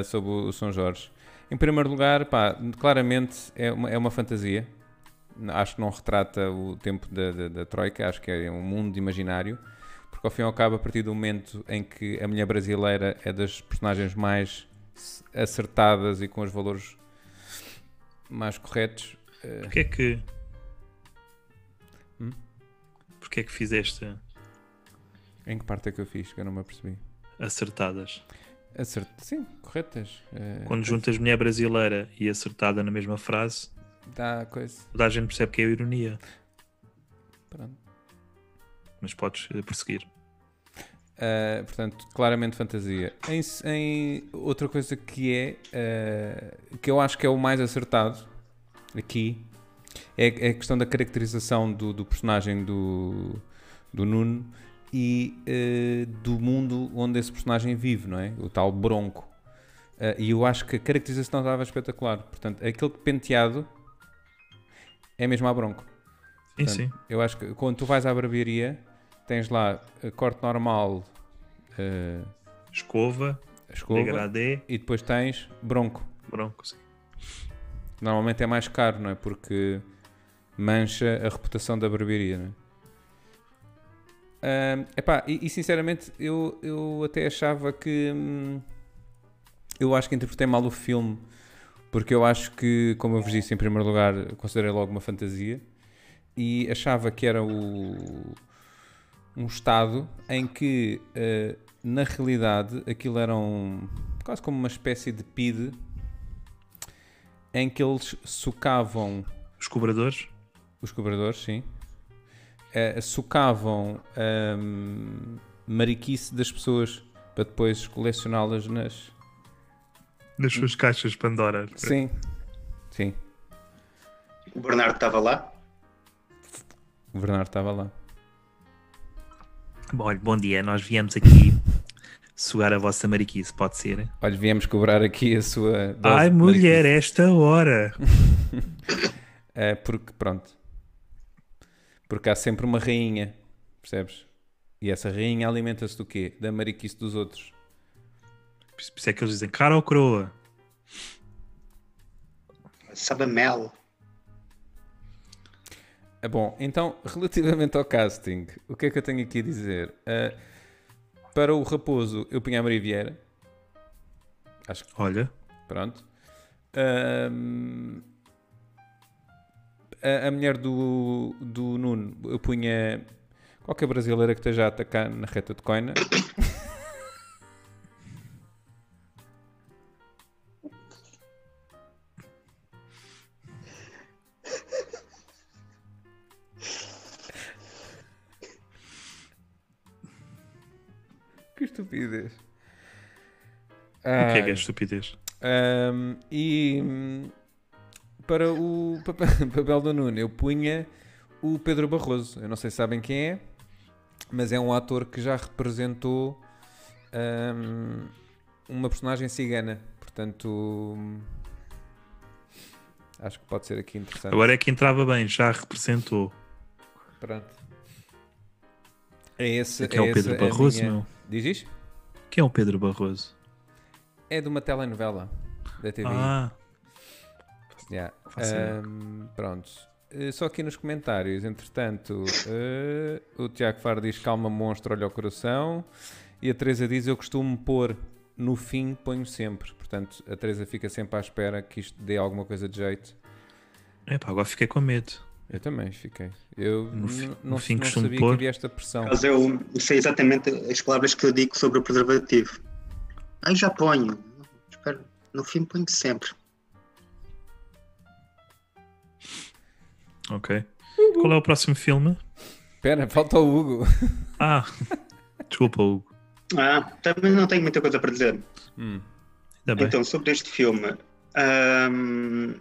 uh, sobre o o São Jorge. Em primeiro lugar, pá, claramente é uma, é uma fantasia. N- Acho que não retrata o tempo da, da, da Troika, acho que é um mundo imaginário. Porque ao fim e ao cabo, a partir do momento em que a mulher brasileira é das personagens mais s- acertadas e com os valores mais corretos, uh, Porquê é que. Hum? Porquê é que fizeste em que parte é que eu fiz? Que eu não me apercebi. acertadas? Eh, Acert... Sim, corretas. Uh, Quando juntas mulher brasileira e acertada na mesma frase, Dá coisa. toda a gente percebe que é ironia. Pronto. Mas podes eh, prosseguir. Uh, portanto, claramente fantasia. Em, s- em- outra coisa que é uh, que eu acho que é o mais acertado aqui é, é a questão da caracterização do, do personagem do, do Nuno, e eh, do mundo onde esse personagem vive, não é? O tal Bronco. Eh, e eu acho que a caracterização estava espetacular. Portanto, aquele penteado é mesmo a Bronco. Sim, Portanto, sim. Eu acho que quando tu vais à barbearia, tens lá eh, corte normal, eh, Escova, escova, degradê, e depois tens Bronco. bronco. Sim. Normalmente é mais caro, não é? Porque mancha a reputação da barbearia, não é? Ahm, epá, e, e sinceramente eu, eu até achava que. hum, eu acho que interpretei mal o filme, porque eu acho que, como eu vos disse, em primeiro lugar, considerei logo uma fantasia e achava que era o, um estado em que, eh, na realidade, aquilo era um, quase como uma espécie de PID em que eles socavam Os cobradores, os cobradores, sim, eh, socavam ahm, mariquice das pessoas para depois colecioná-las nas. nas suas caixas Pandora. Sim, sim, O Bernardo estava lá. o Bernardo estava lá. Bom, olha, bom dia, nós viemos aqui sugar a vossa mariquice, pode ser? Olha, viemos cobrar aqui a sua. dose Ai, de mulher, mariquice. esta hora! É, porque, pronto. Porque há sempre uma rainha, percebes? E essa rainha alimenta-se do quê? Da mariquice dos outros. Por isso por isso é que eles dizem cara ou coroa? Sabe a Mel. Ah, Bom, então, relativamente ao casting, o que é que eu tenho aqui a dizer? Ah, para o Raposo, eu punha a Maria Vieira. Acho que, Olha, pronto. Ahm, a, a mulher do, do Nuno, eu punha qualquer brasileira que esteja a atacar na reta de coina. Que estupidez. o que é que Ai. é estupidez? Ahm, e hum, para o papel, papel do Nuno, eu punha o Pedro Barroso. Eu não sei se sabem quem é, mas é um ator que já representou ahm, uma personagem cigana. Portanto, hum, acho que pode ser aqui interessante. Agora é que entrava bem, já representou. Pronto. É esse, Quem é o esse Pedro a Barroso, minha- meu? Diz isto? Quem é o Pedro Barroso? É de uma telenovela da TV. Ah, Yeah. Faço ideia. Ahm, pronto. Eh, Só aqui nos comentários, entretanto, eh, o Tiago Faro diz calma monstro, olha o coração. E a Teresa diz eu costumo pôr no fim, ponho sempre. Portanto, a Teresa fica sempre à espera que isto dê alguma coisa de jeito. epá, agora fiquei com medo. Eu também fiquei. Eu No fi- n- no não, fim não costumo sabia pôr. que havia esta pressão. Mas é eu sei exatamente as palavras que eu digo sobre o preservativo. Aí já ponho. Espero- No fim ponho sempre. Ok. Qual é o próximo filme? Espera, falta o Hugo. Ah, desculpa, Hugo. Ah, também não tenho muita coisa para dizer. Hum. Ainda bem. Então, sobre este filme, hum,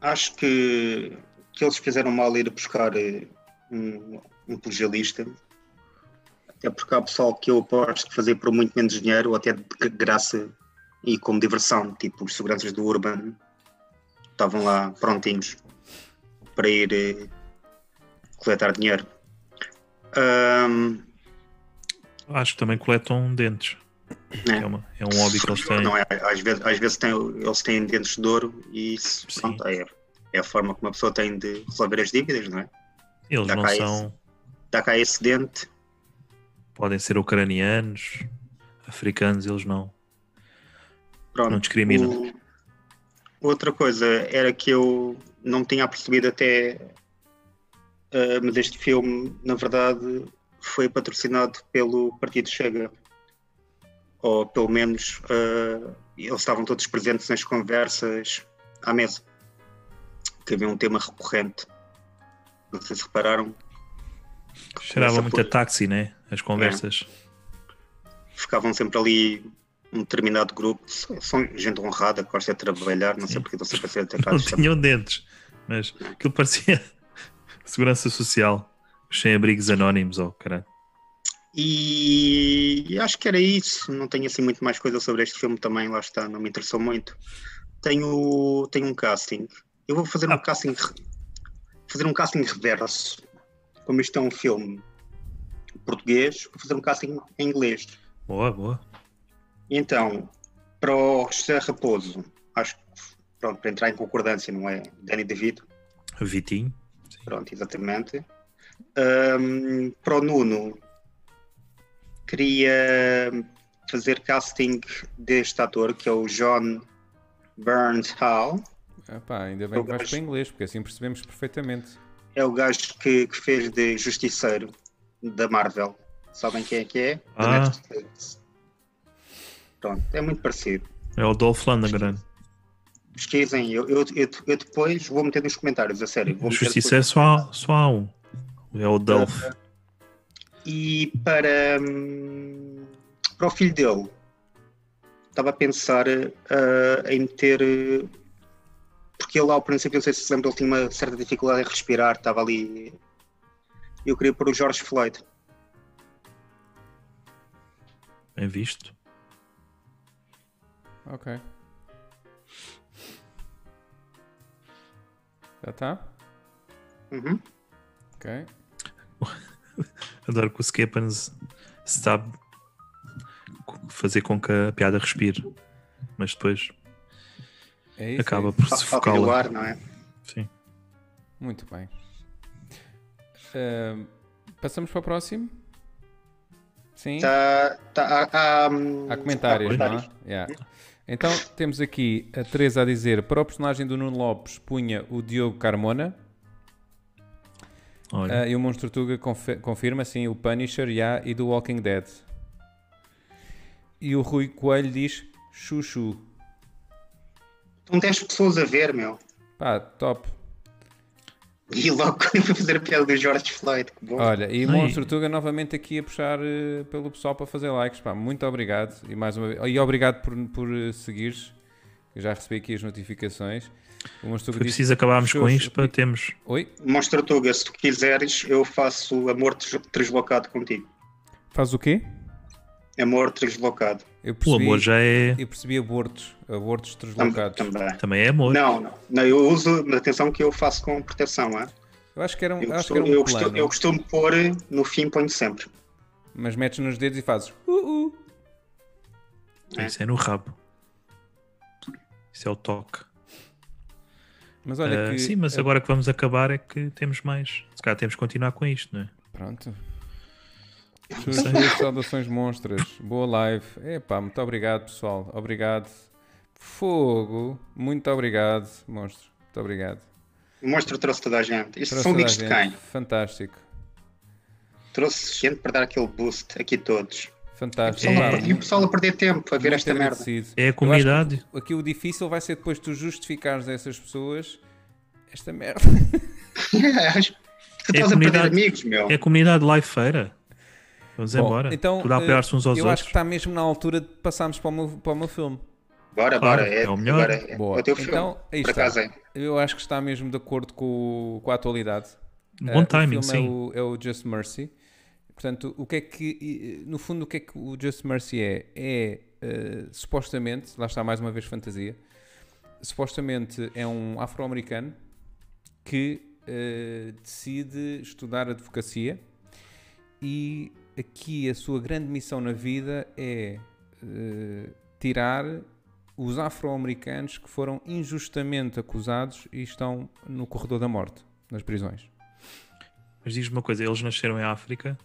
acho que, que eles fizeram mal ir buscar eh, um, um pugilista, até porque há pessoal que eu aposto que fazer por muito menos dinheiro, ou até de graça e como diversão, tipo os seguranças do Urban, estavam lá prontinhos para ir eh, coletar dinheiro. Hum, Então- Acho que também coletam dentes. que É, uma- é um hobby que eles têm. Não é? Às vezes, às vezes têm, eles têm dentes de ouro e isso Sim. pronto, é, é a forma como a pessoa tem de resolver as dívidas, não é? Eles Já não cá são. Dá cá esse dente, Podem ser ucranianos, africanos, eles não. pronto. Não discriminam. O- Outra coisa era que eu não tinha percebido até, ah, mas este filme, na verdade, foi patrocinado pelo Partido Chega. Ou pelo menos ah, eles estavam todos presentes nas conversas à mesa, que havia um tema recorrente. Não sei se repararam, Cheirava Começa muito por- a táxi, né? É, As conversas. ficavam sempre ali um determinado grupo, são são gente honrada, que gosta de trabalhar, não sei porque estão sempre a ser Não atacados. tinham dentes, mas aquilo parecia segurança social. Os sem-abrigos anónimos, oh, caralho. E acho que era isso. Não tenho assim muito mais coisa sobre este filme também, lá está, não me interessou muito. Tenho, tenho um casting. Eu vou fazer um Ah. casting fazer um casting reverso. Como isto é um filme português, vou fazer um casting em inglês. Boa, boa. Então, para o José Raposo, acho que pronto, para entrar em concordância, não é? Danny DeVito, Vitinho. pronto, exatamente. Ahm, para o Nuno, queria fazer casting deste ator, que é o John Burns Hall. Ah, pá, ainda bem Eu que vais gosto. para inglês, porque assim percebemos perfeitamente. É o gajo que, que fez de Justiceiro da Marvel. Sabem quem é que é? Da Ah. Netflix. Pronto, é muito parecido. É o Dolph Lundgren. Pesquisem, eu, eu, eu, eu depois vou meter nos comentários, a sério. Vou meter Justiça é depois. só, há- só há um. É o Dolph. E para, hum, para o filho dele, estava a pensar ah, em meter. eh, Porque ele, ao princípio, não sei se se lembra, ele tinha uma certa dificuldade em respirar, estava ali. Eu queria pôr o Jorge Floyd. É, Bem é visto. Ok. Já está? Uhum. Ok. É Adoro que o Skepans sabe co- fazer com que a piada respire. Mas depois É isso. é acaba isso. por Fa- Falta do sufocá-la. ar, não é? Sim. Muito bem. Ahm, passamos para o próximo? Sim? Tá, tá, há, há, hum, Há comentários, há não há? Yeah. Então, temos aqui a Teresa a dizer, para o personagem do Nuno Lopes, punha o Diogo Carmona. Olha, Uhum. Ah, e o Monstro Tuga confe- confirma, sim, o Punisher já, e do Walking Dead. E o Rui Coelho diz Chuchu. Estão 10 pessoas a ver, meu. Pá, top. E logo quando eu fui fazer a piada do Jorge Floyd, que bom. Olha, e o Ai. Monstro Tuga novamente aqui a puxar eh, pelo pessoal para fazer likes. Pá, muito obrigado. E mais uma vez, e obrigado por, por eh, seguires. Eu já recebi aqui as notificações. O Monstro foi Tuga diz- preciso acabarmos com Xuxa. isto para termos. Oi? Mostra Tuga, se tu quiseres, eu faço amor tris- translocado contigo. Faz o quê? Amor translocado. Eu O percebi, amor já é. eu percebi abortos. Abortos Tam- deslocados. Também. Também é amor. Não, não, não, eu uso, mas atenção que eu faço com proteção, é? Eu acho que era um, Eu, acho que costumo, era um eu, plano. costumo, eu costumo pôr no fim, ponho sempre. Mas metes nos dedos e fazes. Uh, uh. Isso é no rabo. Isso é o toque. Mas olha Ah, que. sim, mas eh, agora que vamos acabar é que temos mais. Se calhar temos que continuar com isto, não é? Pronto. sei. Suas saudações monstras. Boa live. Epá, muito obrigado, pessoal. Obrigado. Fogo. Muito obrigado, monstro. Muito obrigado. Mostro trouxe toda a gente. Isto Trouxe toda são a amigos de gente. quem? Fantástico. Trouxe gente para dar aquele boost aqui todos. Fantástico. Pessoal a Pá, per- E o pessoal a perder tempo a ver É. muito esta merda. agradecido. É a Eu acho que comunidade. Aqui o difícil vai ser depois tu justificares a essas pessoas esta merda. tu É estás a perder comunidade. amigos, meu. É a comunidade live feira. Vamos Então. Bom, embora. Então, Tudo a eh, apoiar-se uns aos eu acho outros. que está mesmo na altura de passarmos para o meu, para o meu filme. Bora, Claro, bora. É, é o melhor. Agora, é, Boa. o teu filme. Então, aí por está. acaso é. Eu acho que está mesmo de acordo com, o- com a atualidade. Bom Eh, timing, o filme sim. É o, é o Just Mercy. Portanto, o que é que, eh, no fundo, o que é que o Just Mercy é? É eh, supostamente, lá está mais uma vez fantasia, supostamente é um afro-americano que eh, decide estudar advocacia e aqui a sua grande missão na vida é eh, tirar os afro-americanos que foram injustamente acusados e estão no corredor da morte, nas prisões. tá- Mas diz-me uma coisa, eles nasceram em África.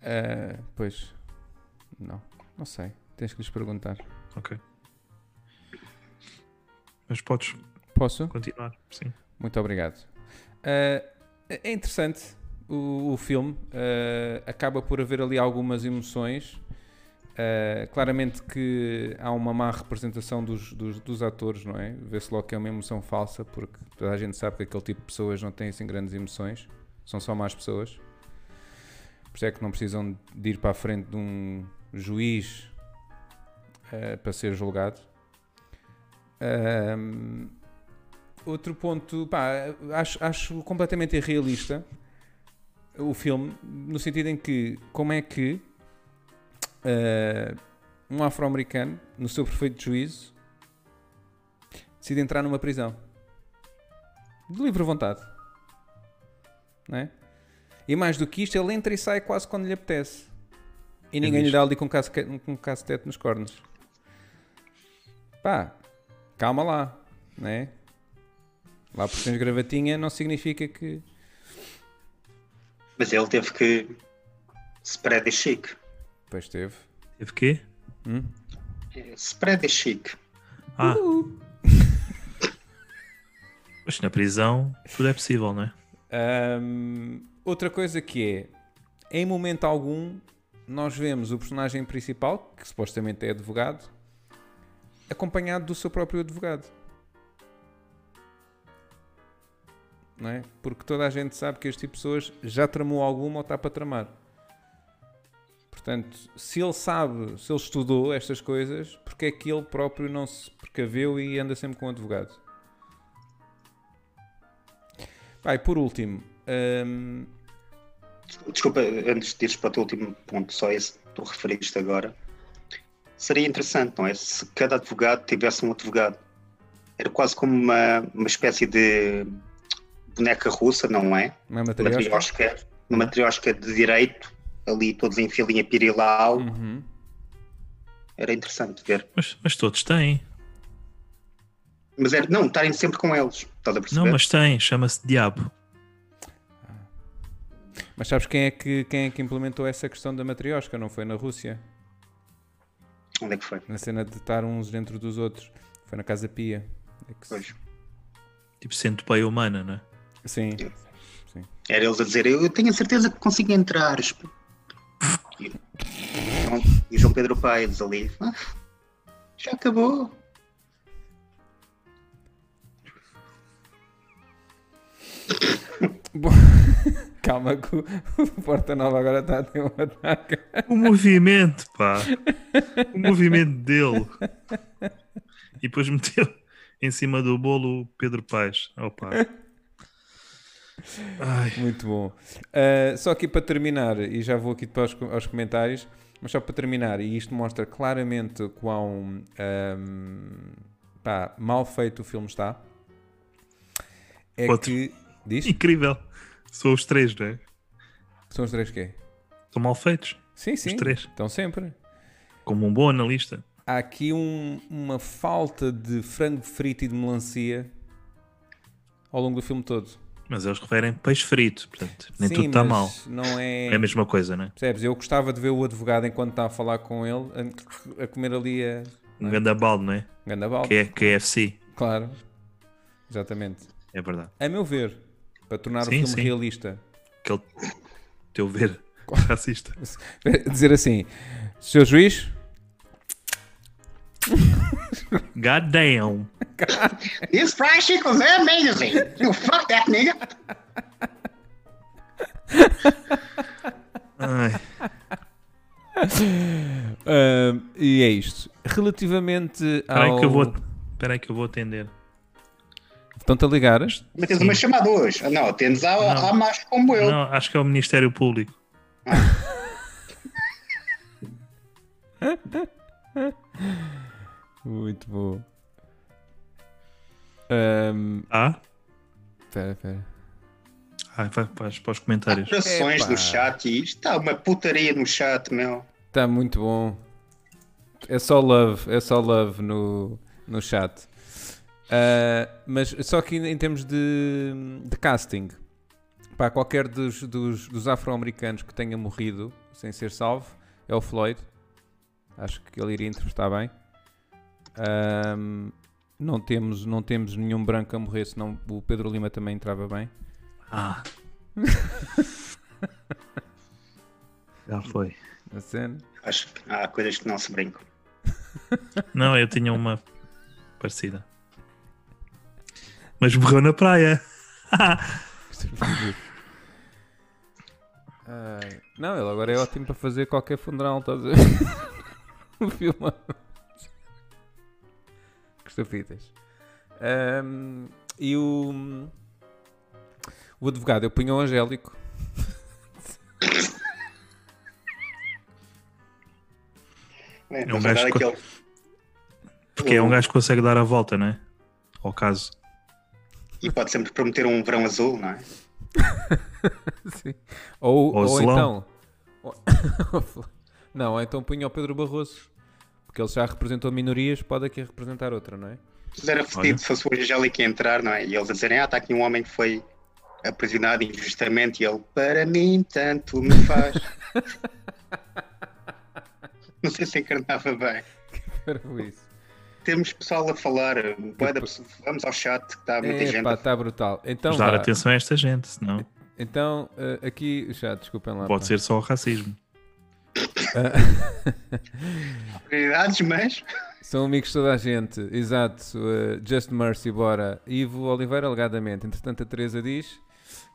Eh, pois, não, não sei, tens que lhes perguntar. Ok. Mas podes Posso? continuar, sim. Muito obrigado. Ah, é interessante o, o filme. ah, acaba por haver ali algumas emoções. Ah, claramente que há uma má representação dos, dos, dos atores, não é? Vê-se logo que é uma emoção falsa, porque toda a gente sabe que aquele tipo de pessoas não têm assim grandes emoções, são só más pessoas. Por isso é que não precisam de ir para a frente de um juiz ah, para ser julgado. Ah, Outro ponto, pá, acho, acho completamente irrealista o filme, no sentido em que, como é que eh, um afro-americano, no seu perfeito juízo, decide entrar numa prisão de livre vontade, não é? E mais do que isto, ele entra e sai quase quando lhe apetece. E ninguém lhe visto. dá ali com casquete- com cacetete nos cornos. Pá, calma lá, né? Lá porque tens gravatinha não significa que. Mas ele teve que spread é chique. Pois teve. Teve quê? É, Spread é chique. Ah. Mas na prisão tudo é possível, não é? Ahm, outra coisa que é, em momento algum, nós vemos o personagem principal, que supostamente é advogado, acompanhado do seu próprio advogado. Não é? Porque toda a gente sabe que este tipo de pessoas já tramou alguma ou está para tramar. Portanto, se ele sabe, se ele estudou estas coisas, porque é que ele próprio não se precaveu e anda sempre com o advogado? Vai, por último, ahm, Desculpa, antes de ires para o teu último ponto, só esse que tu referiste agora. Seria interessante, não é? Se cada advogado tivesse um advogado. Era quase como uma, uma espécie de boneca russa, não é? não é material? Matriosca. Uma matriosca de direito, ali todos em filinha pirilau. Uhum. Era interessante ver. Mas, mas todos têm. Mas era, não, estarem sempre com eles. Estás a perceber? Não, mas têm. Chama-se Diabo. Mas sabes quem é, que, quem é que implementou essa questão da matriosca? Não foi na Rússia? Onde é que foi? Na cena de estar uns dentro dos outros. Foi na Casa Pia. É que se- Pois. Tipo centopeia humana, não é? Sim. Era eles a dizer, eu eu tenho a certeza que consigo entrar. esp- E, João- e João Pedro Paes ali. "Ah, já acabou. Bom, Calma que o o Porta Nova agora está a ter um ataque. O movimento, pá. O movimento dele. E depois meteu em cima do bolo o Pedro Paes. Oh, pá. Ai, Muito bom. Ah, só aqui para terminar, e já vou aqui para os, co- aos comentários, mas só para terminar, e isto mostra claramente quão ahm, pá, mal feito o filme está. É Outro. que. Diz? incrível. São os três, não é? São os três quê? Estão mal feitos. Sim, sim. três. Estão sempre. Como um bom analista. Há aqui um- uma falta de frango frito e de melancia ao longo do filme todo. Mas eles referem peixe frito. Portanto, nem Sim, tudo está mas mal. Não é... É a mesma coisa, não é? Percebes? Eu gostava de ver o advogado enquanto está a falar com ele, a, a comer ali a Um grande abalo, não é? ganda balda. Que é KFC. Claro. Exatamente. É verdade. A meu ver, para tornar o Sim, filme sim. realista, Aquele teu ver racista. dizer assim, seu juiz, God damn. This fried chicken was amazing. You fuck that nigga. Ai. Ahm, e é isto. Relativamente Espera ao... aí Tá que eu vou. Espera aí que eu vou atender. Estão-te a ligar? Mas tens uma chamada hoje. Ah, Não, tens a, a macho como eu. Não, acho que é o Ministério Público. Muito bom. Ahm, Ah? Espera, espera. Ah, vai vai para os comentários. Operações Epá. no chat e isto está uma putaria no chat, meu. Está Tá muito bom. É só love, é só love no, no chat. Ah, mas só que em termos de, de casting, para qualquer dos, dos, dos afro-americanos que tenha morrido sem ser salvo, é o Floyd. Acho que ele iria interpretar bem. Ahm, não, temos, não temos nenhum branco a morrer, senão o Pedro Lima também entrava bem. Ah. Já foi. A cena. Acho que há coisas que não se brincam. Não, eu tinha uma parecida. Mas morreu na praia. Ai, Não, ele agora é ótimo para fazer qualquer funeral, estás a ver? o filme. Que estupidas. Ahm, e o. O advogado, eu punho o Angélico. É, um gajo que- aquele... Porque é um gajo que consegue dar a volta, né? Ao caso. E pode sempre prometer um verão azul, não é? Sim. Ou, Ou ou Zelão. então. ou- não, ou então punha o Pedro Barroso. Porque ele já representou minorias, pode aqui representar outra, não é? Mas era Olha. fedido se fosse o Angélica entrar, não é? E eles a dizerem, ah, está aqui um homem que foi aprisionado injustamente e ele, para mim, tanto me faz. não sei se encarnava bem. Era isso. Temos pessoal a falar, bué da pessoa- vamos ao chat, que está muita gente. Epá, está brutal. Então, Mas dar vá. atenção a esta gente, senão então eh, aqui já, desculpem lá. pode pá. ser só o racismo. a prioridades, mas São amigos de toda a gente, exato. eh, Just Mercy, bora. Ivo Oliveira, alegadamente. Entretanto, a Teresa diz,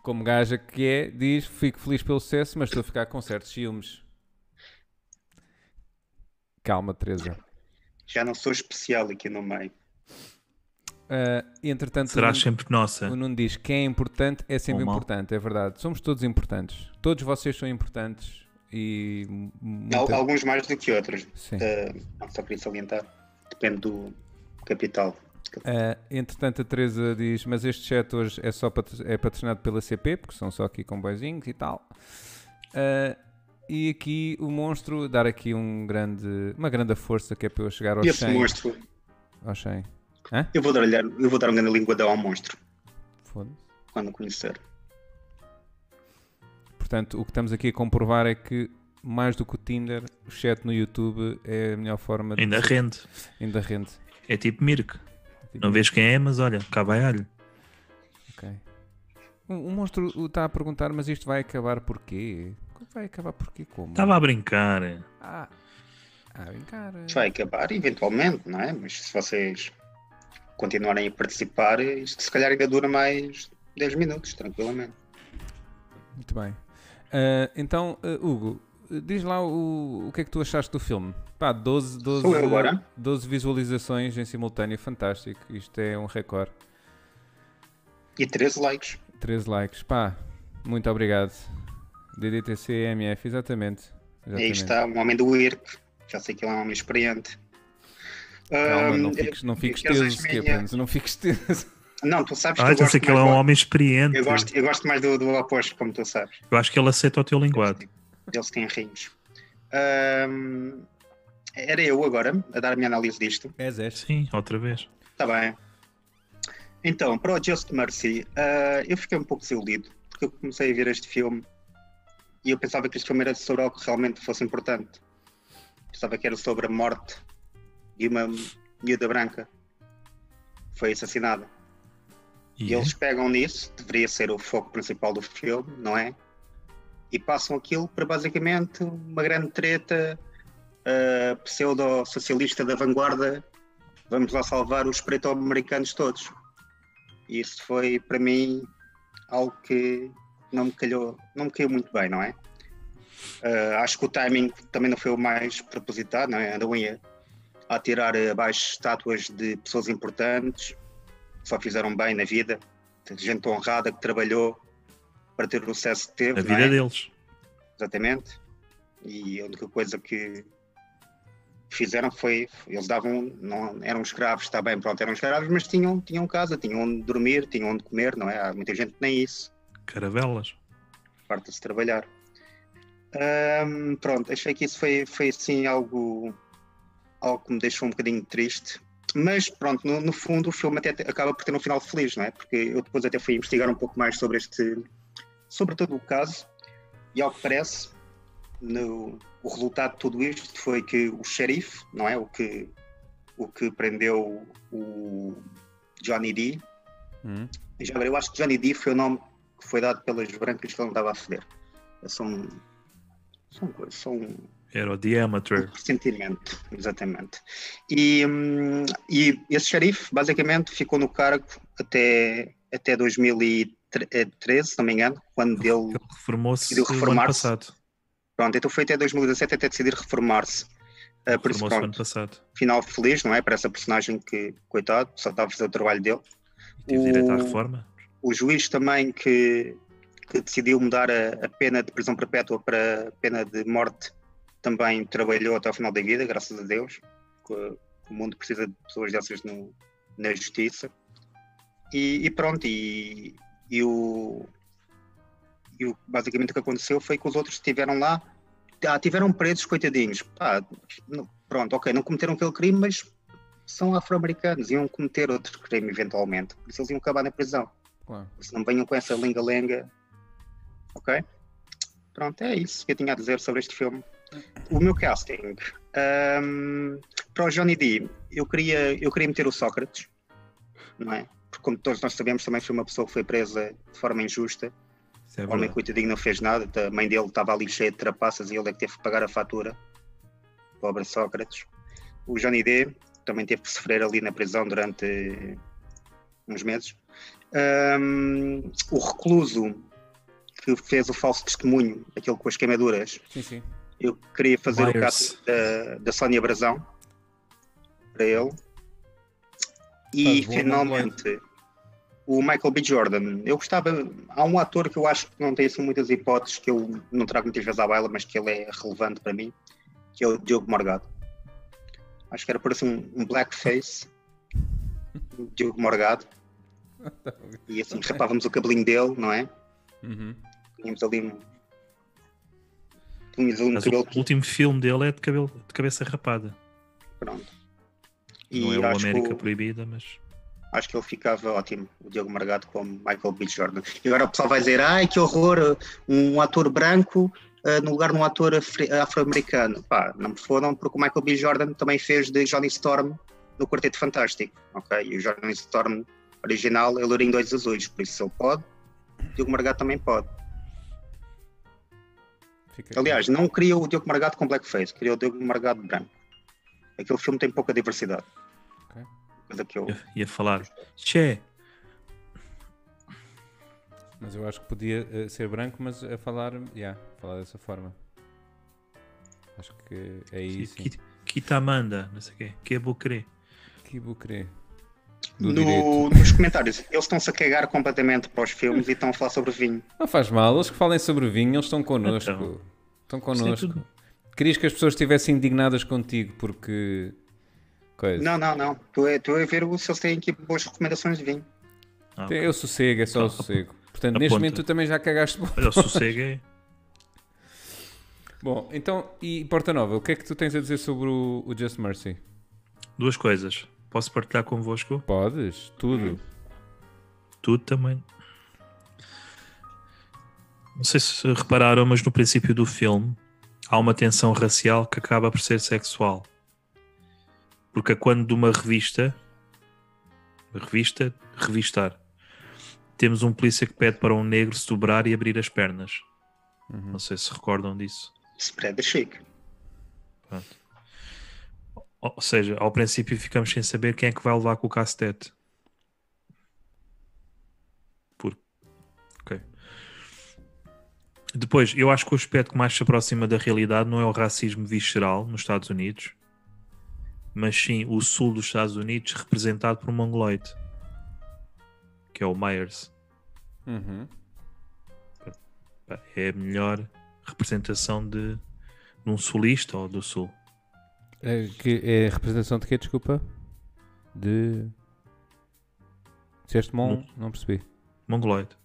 como gaja que é, diz: Fico feliz pelo sucesso, mas estou a ficar com certos ciúmes. Calma, Teresa. já não sou especial aqui no meio. Eh, e entretanto, o Serás Nuno- sempre nossa. o Nuno diz: quem é importante é sempre Ou mal. importante, é verdade. Somos todos importantes. Todos vocês são importantes. E. m- muita- Al- Alguns mais do que outros. Sim. Eh, não, só queria salientar. Depende do capital. Ah, entretanto, a Teresa diz: Mas este chat hoje é só patro- é patrocinado pela CP, porque são só aqui com boizinhos e tal. Ah, e aqui o monstro, dar aqui um grande, uma grande força que é para eu chegar ao E esse 100. monstro, Ao 100. eu vou, dar, eu vou dar um grande linguadão ao monstro Foda-se. quando o conhecer. Portanto, o que estamos aqui a comprovar é que, mais do que o Tinder, o chat no YouTube é a melhor forma de. Ainda rende. Ainda rende. É tipo Mirko. Não vês quem é, mas olha, cá vai alho. Ok. O, o monstro está a perguntar: Mas isto vai acabar porquê? Vai acabar porquê? Como? Estava a brincar. é. Ah, ah brincar. Isto vai acabar eventualmente, não é? Mas se vocês continuarem a participar, isto se calhar ainda dura mais 10 minutos, tranquilamente. Muito bem. Ah, então, ah, Hugo, diz lá o, o que é que tu achaste do filme. Pá, 12, 12, Sou eu agora? 12 visualizações em simultâneo, fantástico. Isto é um recorde. E 13 likes. 13 likes. Pá, muito obrigado. DDTCMF, exatamente. E Aí exatamente. está, um homem do IRC. Já sei que ele é um homem experiente. É um Calma, Ahm, não fiques, não Hum, eu- fiques eu- eu- teso, minha- Stephen. Não fiques teso. Não, tu sabes Ah, que eu já gosto, sei que ele é mais um do- homem experiente. eu, gosto, eu gosto mais do, do oposto, como tu sabes. Eu acho que ele aceita o teu linguado. Eles têm rins. Ahm, era eu agora a dar a minha análise disto. És, és. Sim, outra vez. Está Tá bem. Então, para o Just Mercy, ah, eu fiquei um pouco desiludido, porque eu comecei a ver este filme e eu pensava que este filme era sobre algo que realmente fosse importante. Pensava que era sobre a morte de uma miúda branca. que Foi assassinada. E E é. eles pegam nisso, deveria ser o foco principal do filme, não é? E passam aquilo para basicamente uma grande treta ah, pseudo-socialista da vanguarda. Vamos lá salvar os preto-americanos todos. E isso foi, para mim, algo que não me calhou, não me caiu muito bem, não é? Ah, acho que o timing também não foi o mais propositado, não é? Andam aí a- a tirar abaixo estátuas de pessoas importantes só fizeram bem na vida, de gente honrada que trabalhou para ter o sucesso que teve, A não é? vida deles. exatamente. E a única coisa que fizeram foi, eles davam, não eram escravos, está bem, pronto, eram escravos, mas tinham, tinham casa, tinham onde dormir, tinham onde comer, não é? Há muita gente que nem isso, Caravelas. farta-se de trabalhar. Ahm, pronto, achei que isso foi, foi assim algo, algo que me deixou um bocadinho triste. Mas pronto, no, no fundo o filme até te- acaba por ter um final feliz, não é? Porque eu depois até fui investigar um pouco mais sobre este, sobre todo o caso, e ao que parece, no- o resultado de tudo isto foi que o xerife, não é? O que, o que prendeu o Johnny D, Hum. já agora, eu acho que Johnny D foi o nome que foi dado pelas brancas que ele não estava a ceder. É só um. Só um, coisa, só um Era o The Amateur. ressentimento, exatamente. E, hum, e esse xerife, basicamente, ficou no cargo até, até 2013, se não me engano, quando ele. Ele reformou-se Decidiu o ano reformar-se. passado. Pronto, então foi até 2017 até decidir reformar-se. Ah, por Reformou-se isso, o ano pronto, passado. final feliz, não é? Para essa personagem que, coitado, só estava a fazer o trabalho dele. E teve direito à O- reforma. o juiz também que, que decidiu mudar a, a pena de prisão perpétua para pena de morte também trabalhou até ao final da vida, graças a Deus. que O mundo precisa de pessoas dessas no, na justiça. E, e pronto, e, e o, e o- basicamente o que aconteceu foi que os outros estiveram lá, ah, tiveram presos, coitadinhos. Pá, não- pronto, ok, não cometeram aquele crime, mas são afro-americanos, iam cometer outro crime eventualmente, por isso eles iam acabar na prisão. Claro. Por isso não venham com essa lenga-lenga. Ok? Pronto, é isso que eu tinha a dizer sobre este filme. O meu casting. Ahm, para o Johnny D, eu queria, eu queria meter o Sócrates, não é? Porque, como todos nós sabemos, também foi uma pessoa que foi presa de forma injusta. Isso é O homem verdade. coitadinho não fez nada, tá, a mãe dele estava ali cheia de trapaças e ele é que teve que pagar a fatura. Pobre Sócrates. O Johnny D também teve que sofrer ali na prisão durante uns meses. Ahm, o recluso que fez o falso testemunho, aquele com as queimaduras, Sim, sim. eu queria fazer o Myers. caso da, da Sónia Brazão para ele. E Faz bom finalmente o Michael B. Jordan. Eu gostava. Há um ator que eu acho que não tem assim muitas hipóteses, que eu não trago muitas vezes à baila, mas que ele é relevante para mim, que é o Diogo Morgado. Acho que era por assim um, um blackface. o Diogo Morgado. E assim rapávamos o cabelinho dele, não é? Uhum. Tínhamos ali um. Tínhamos ali um Mas o cabelo último filme dele é de, cabelo, de cabeça rapada. Pronto. não é E o acho, América que, o- Proibida, mas. acho que ele ficava ótimo, o Diogo Margado como Michael B. Jordan. E agora o pessoal vai dizer, ai que horror, um ator branco ah, no lugar de um ator afri- afro-americano. Pá, não me foram, porque o Michael B. Jordan também fez de Johnny Storm no Quarteto Fantástico, ok? E o Johnny Storm original é loirinho de olhos azuis, por isso se ele pode, o Diogo Margado também pode. Fica aqui. Aliás, não queria o Diogo Margado com blackface, queria o Diogo Margado branco. Aquele filme tem pouca diversidade. Ok. Coisa que eu... Ia, ia falar. Che, Mas eu acho que podia eh, ser branco, mas a falar, yeah, falar dessa forma. Acho que é isso. que, que Tamanda, não sei o quê. Que é Bucre. Que vou querer. Do direito. no, nos comentários. Eles estão-se a cagar completamente para os filmes e estão a falar sobre vinho. Não faz mal, eles que falem sobre vinho, eles estão connosco. Então. estão Isso é connosco. tudo. Querias que as pessoas estivessem indignadas contigo porque. Coisa. Não, não, não. Tu é, tu é ver o- se eles têm aqui boas recomendações de vinho. Ah, Tem- ok. Eu sossego, é só o Então, sossego. Portanto, neste aponta. momento tu também já cagaste. bom. Olha, o sossego é. Bom, então, e Porta Nova, o que é que tu tens a dizer sobre o, o Just Mercy? Duas coisas. Posso partilhar convosco? Podes, tudo. Tudo também. Não sei se repararam, mas no princípio do filme há uma tensão racial que acaba por ser sexual. Porque é quando de uma revista, revista, revistar, temos um polícia que pede para um negro se dobrar e abrir as pernas. Não sei se recordam disso. Spread é chique. Ou ou seja, ao princípio ficamos sem saber quem é que vai levar com o cacetete. Por... Ok. Depois, eu acho que o aspecto que mais se aproxima da realidade não é o racismo visceral nos Estados Unidos, mas sim o sul dos Estados Unidos representado por um mongoloide, que é o Myers. Uhum. Pá, É a melhor representação de, de um sulista ou do sul. É, que é a representação de quê, desculpa? De. Disseste mon? Não percebi. Mongoloide.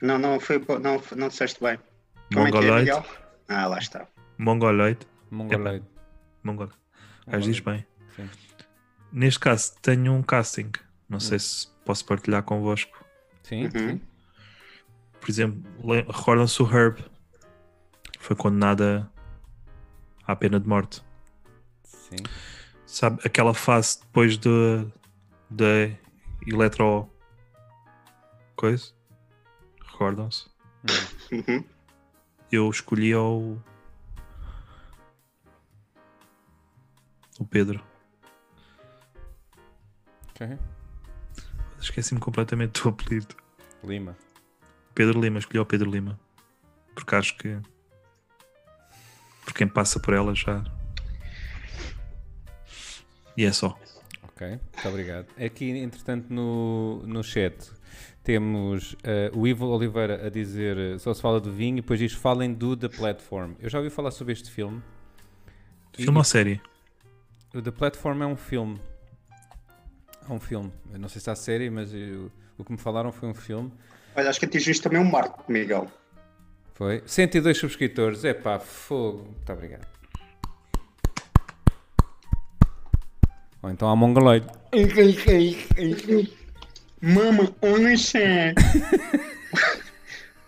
Não, não, foi, bo- não, não disseste bem. Como é que é, Mongoloide. Miguel? Ah, lá está. Mongoloide. Mongoloid. Mongol. O gajo diz bem. Sim. Neste caso, tenho um casting. Não sei se posso partilhar convosco. Sim, sim. Por exemplo, le- recordam-se o Herb. Foi condenado a- à pena de morte. sim. Sabe, aquela fase depois de, de eletro... Coisa? Recordam-se? Uhum. Eu escolhi o... O Pedro. Ok. Esqueci-me completamente do apelido. Lima. Pedro Lima, escolhi o Pedro Lima. Porque acho que. Por quem passa por ela já. é E é só. Ok, muito obrigado. Aqui, entretanto, no, no chat, Temos eh, o Ivo Oliveira a dizer eh, só se fala do vinho e depois diz falem do The Platform. Eu já ouvi falar sobre este filme. Filme ou série? O The Platform é um filme. É um filme. Eu não sei se há série, mas eu- o que me falaram foi um filme. Olha, acho que atingiste também um marco, Miguel. Foi. 102 subscritores. É pá, fogo. Muito obrigado. Ou então há mongoloide. Mama, onça! é?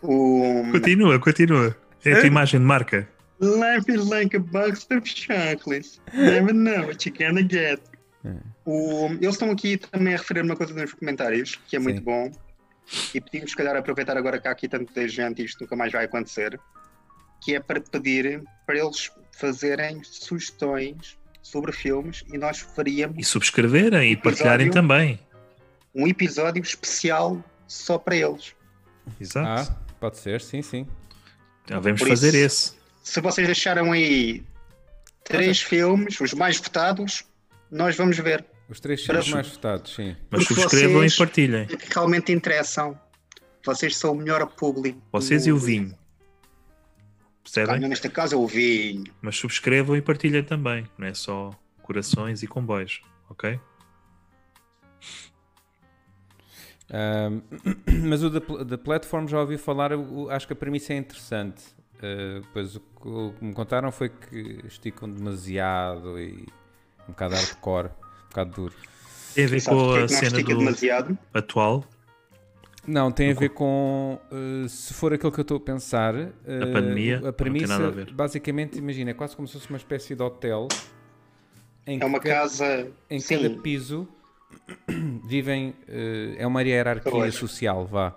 o Continua, continua. É a tua imagem de marca. Life is like a box of chocolates. Never know what you gonna get. O, eles estão aqui também a referir uma coisa nos comentários, que é muito Sim. bom. E pedimos, se calhar, aproveitar agora que há aqui tanta gente e isto nunca mais vai acontecer, que é para pedir para eles fazerem sugestões sobre filmes e nós faríamos E subscreverem e partilharem Episódio. também. um episódio especial só para eles. Ah, Exato. pode ser, sim, sim. Então vamos Por fazer isso- esse. Se vocês deixaram aí três filmes, os mais votados, nós vamos ver. Os três filmes Parece- mais votados, sim. Mas Porque subscrevam vocês- e partilhem. que realmente interessam. Vocês são o melhor público. Vocês e o vinho. Ah, Percebem? não, neste caso é o vinho. Mas subscrevam e partilhem também. Não é só corações e comboios. Ok? Ahm, mas o da, pl- da Platform já ouvi falar, eu- eu acho que a premissa é interessante. Ah, pois o que, o que me contaram foi que esticam demasiado e um bocado hardcore, um bocado duro. Tem a ver Sabe com porquê a é que não cena estica do demasiado? atual, Não, tem a ver com ah, se for aquilo que eu estou a pensar. ah, pandemia, não A tem premissa, nada a ver. basicamente, imagina, é quase como se fosse uma espécie de hotel em É uma que cada- casa. em sim, cada piso vivem eh, é uma hierarquia Pois. social vá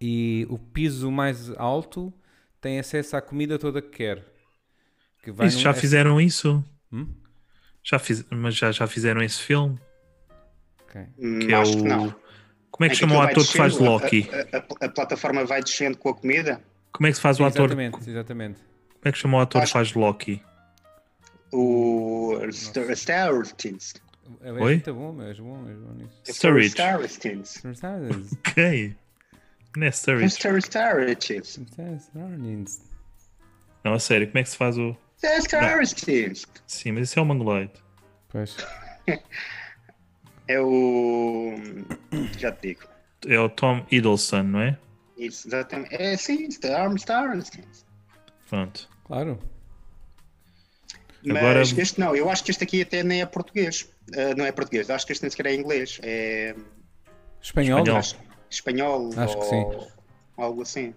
e o piso mais alto tem acesso à comida toda que quer que vai Isso, num- já é- fizeram isso? Hum? Já fiz, mas já, já fizeram esse filme? Ok. Que hum, acho é o. que não. Como é que chama o aquilo vai ator que faz descendo, a- Loki? A, a- a plataforma vai descendo com a comida. Como é que se faz o ator? exatamente Como exatamente é que chama o ator que Acho- faz Loki? O. Starstins. é Oi? muito bom meu, és bom és bom nisso Sturridge. Starstins. Não sabes? Ok. Não é Sturridge. Starstins. Não sabes? Não, nisso. Não, a sério, como é que se faz o. Starstins. Sim, mas isso é o mongoloide. Pois. É o. hum, Já te digo. É o Tom Hiddleston, não é? Isso, exatamente. É sim, Starstins. Pronto. claro Mas Agora- este não, eu acho que este aqui até nem é português. Ah, não é português, acho que este nem sequer é inglês. É espanhol, Espanhol. acho- espanhol Acho que ou algo assim.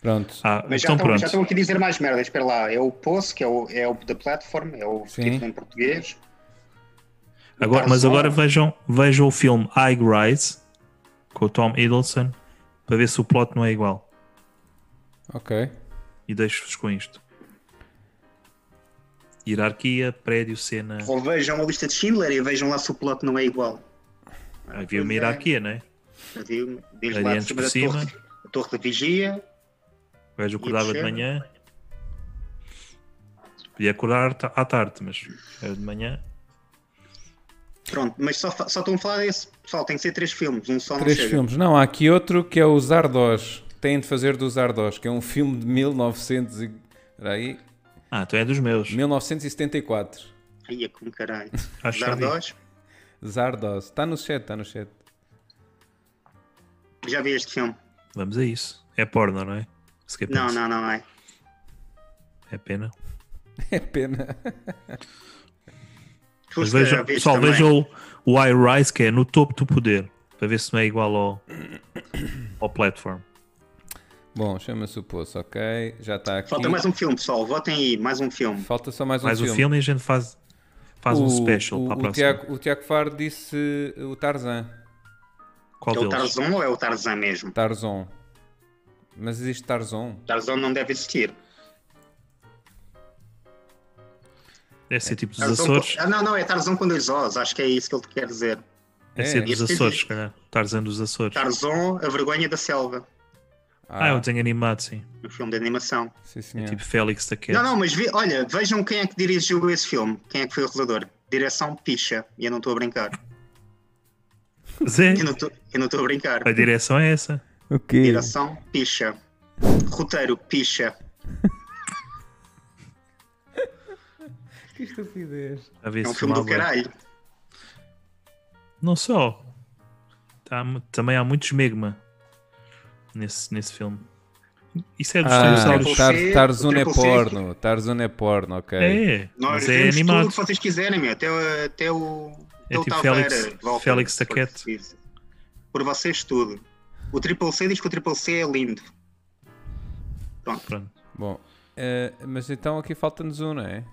pronto Ah, Mas já então estão, pronto. já estão aqui a dizer mais merda. Espera lá, é o Poço, que é o, é o da Platform, é o Sim. título em português. Agora, mas Tarzan. agora vejam, vejam o filme I Rise com o Tom Hiddleston para ver se o plot não é igual. ok E deixo-vos com isto. Hierarquia, prédio, cena. Ou vejam a lista de Schindler e vejam lá se o plot não é igual. Ah, Havia uma pois é. hierarquia, né? Viu? Diz lá de Adiantes cima por da cima. torre, a torre da vigia. O gajo acordava de descer. manhã. Podia acordar ta- à tarde, mas era de manhã. Pronto, mas só, fa- só estão a falar desse. Pessoal, tem que ser três filmes, um só Três não chega. filmes. Não, há aqui outro que é o Zardoz. Têm de fazer do Zardoz, que é um filme de 1900 e... espera aí, Ah, então é dos meus. 1974. Aí é com caralho. Acho que já vi. Zardoz, Zardoz. Está no chat, está no chat. já vi este filme. Vamos a isso. É porno, não é? Se quer Não, pensar. não, não é. É pena. É pena. Tu Mas se calhar vejam, viste pessoal, também. vejam o, o iRise que é no topo do poder, para ver se não é igual ao, ao platform. Bom, chama-se o Poço, ok? Já está aqui. Falta mais um filme, pessoal. Votem aí, mais um filme. Falta só mais um Faz o filme. filme e a gente faz, faz um O- special o, para a o, próxima. Tiago, o Tiago Faro disse uh, o Tarzan. Qual É o deles? Tarzan ou é o Tarzan mesmo? Tá. Tarzan. Mas existe Tarzan? Tarzan não deve existir. Deve ser tipo dos Tarzan Açores. com- Ah, não, não, é Tarzan com dois Os. Acho que é isso que ele quer dizer. Deve É ser dos Esse Açores, existe. se calhar. Tarzan dos Açores. Tarzan, a vergonha da selva. Ah, é um desenho animado, sim. Um filme de animação. Sim, senhor. Tipo Félix da Cat. É. Não, não, mas vi- olha, vejam quem é que dirigiu esse filme. Quem é que foi o realizador? Direção Picha. E eu não estou a brincar. Zé, Eu não estou- eu Eu não estou a brincar. A direção é essa. Ok. Direção, picha. Roteiro, picha. Que estupidez. A ver É um se filme do mal vai. caralho. Não só. Tá- também há muito esmegma nesse, nesse filme. Isso é dos Ah, dinossauros. Triple Tar- C, Tarzan é Triple C. porno. Tarzan é porno, ok. É, Nós mas é vemos tudo animado. o que vocês quiserem, meu. Até, o- até o. É até o tipo Taveira, Félix- Walter, Félix se for Saquete. preciso. Por vocês tudo. O Triple C diz que o Triple C é lindo. Pronto. Bom, eh, mas então aqui falta-nos um, não é?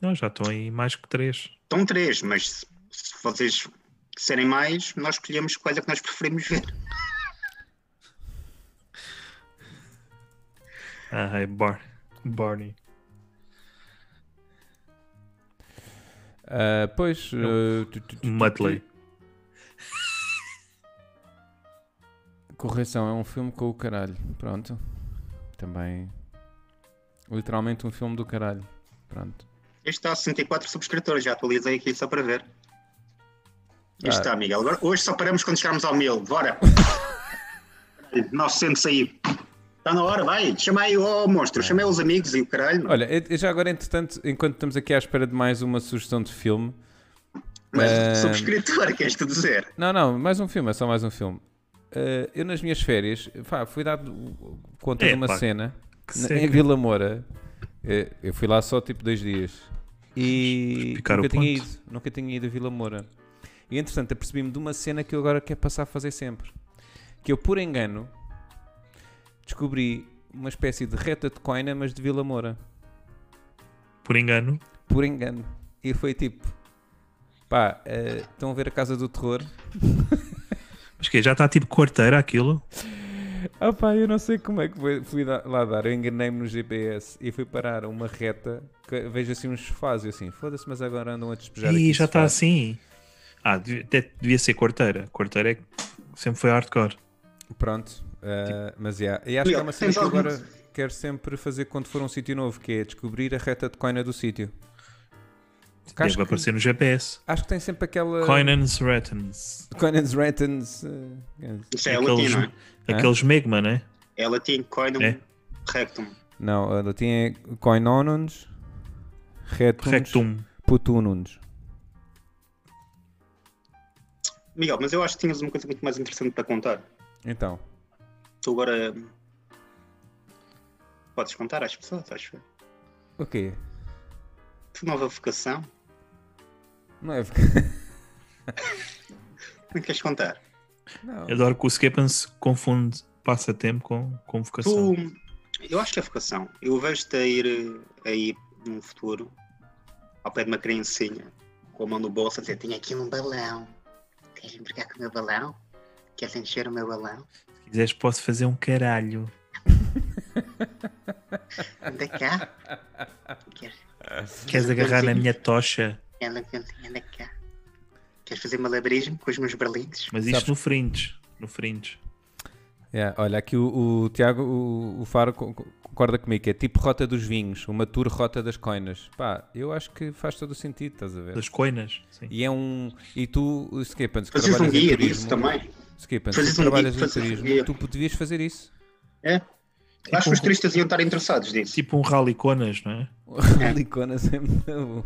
Não, já estão aí mais que três. Estão três, mas se, se vocês quiserem mais, nós escolhemos qual é que nós preferimos ver. Ah, é Bar Barney. Ah, pois. eh, tu- tu- tu- Um Mudley. Correção, é um filme com o caralho. Pronto. Também. Literalmente um filme do caralho. Pronto. Este está a 64 subscritores, já atualizei aqui só para ver. Este Ah. está, Miguel. Agora, hoje só paramos quando chegarmos ao mil. Bora! 900 aí. Está na hora, vai. Chama aí o monstro, chama aí os amigos e o caralho. mano. Olha, eu- eu já agora, entretanto, enquanto estamos aqui à espera de mais uma sugestão de filme. Mas Ah, eh, subscritor, queres tu dizer? Não, não, mais um filme, é só mais um filme. Eh, eu nas minhas férias, pá, fui dado uh, conta de uma Epá, cena que na- em seca. Vila Moura. Eh, eu fui lá só tipo dois dias. E Picar o nunca tinha, ponto. ido, nunca tinha ido a Vila Moura. E entretanto apercebi-me de uma cena que eu agora quero passar a fazer sempre. Que eu, por engano, descobri uma espécie de reta de coina, mas de Vila Moura Por engano. por engano. E foi tipo: pá, eh, estão a ver a Casa do Terror? Mas que já está tipo quarteira aquilo. Ah, pá, eu não sei como é que foi- fui da- lá dar. Eu enganei-me no GPS e fui parar a uma reta. Que vejo assim uns sofás e eu assim, foda-se, mas agora andam a despejar. E aqui já está sofás." assim. Ah, devia, até devia ser quarteira. Quarteira é que sempre foi hardcore. Pronto, ah, mas yeah. E acho que é uma cena Tens que eu alguma- agora quero sempre fazer quando for a um sítio novo, que é descobrir a reta de coina do sítio. Que Deve Acho que, aparecer no GPS. acho que tem sempre aquela. Coinan's Retons. Coinans Retons. ah, Isso é aqueles- latino. Aqueles megma, né? É latim, coinum, É. rectum. não, a latim é Coinonuns, Retuns, Rectum. Putununs. Miguel, mas eu acho que tinhas uma coisa muito mais interessante para contar. Então, Tu agora hum, podes contar às pessoas, acho eu. o quê? Tua nova vocação, Não é. não é queres contar? Não. Eu Adoro que o Skippens confunde passatempo com, com vocação. Tu, eu acho que é vocação. Eu vejo-te a ir eh, aí num futuro ao pé de uma criancinha com a mão no bolso a dizer: Tenho aqui um balão. Queres brincar com o meu balão? Queres encher o meu balão? Se quiseres, posso fazer um caralho. Anda cá. Queres, Queres agarrar na minha tocha? Anda, anda cá. Queres fazer malabarismo com os meus berlindes? Mas isto no fringe. No fringe. Yeah, olha, aqui o, o Tiago, o, o Faro co- co- concorda comigo, que é tipo Rota dos Vinhos, uma tour Rota das Coinas. Pá, eu acho que faz todo o sentido, estás a ver? Das coinas. Sim. E é um... E tu, Skippens, que Fazes um trabalhas em guia turismo... disso também. Skippens, Fazes tu um que guia, trabalhas em fazes um turismo, guia. tu podias fazer isso. É? Acho que os um- turistas iam estar interessados nisso. Tipo um rally conas, não é? É. Liconas é muito bom.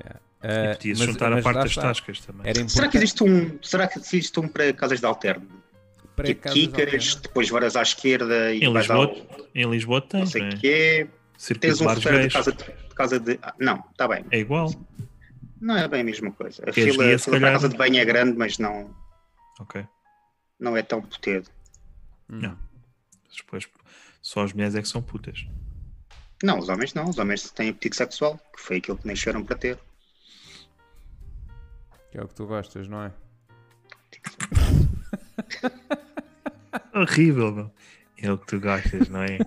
Yeah. e Eh, podias mas- juntar a mas parte lá das está. tascas também. Era Será importante que existe um, será que existe um para casas de alterno? para Tipo casas Kícaras, alternas. depois varas à esquerda e Em vais ao Lisboa, em Lisboa não tens, sei não é? o quê. Tipo Circuito Tens de um bares roteiro de gays. casa de, de casa de. ah, Não, está bem. É igual. Não é bem a mesma coisa. A Queres fila, guia, a se fila para calhar? a casa de banho é grande, mas não, Ok. não é tão potedo. Não. Depois, só as mulheres é que são putas. Não, os homens não. Os homens têm apetite sexual, que foi aquilo que nasceram para ter. Que é o que tu gostas, não é? Horrível, meu. É o que tu gostas, não é?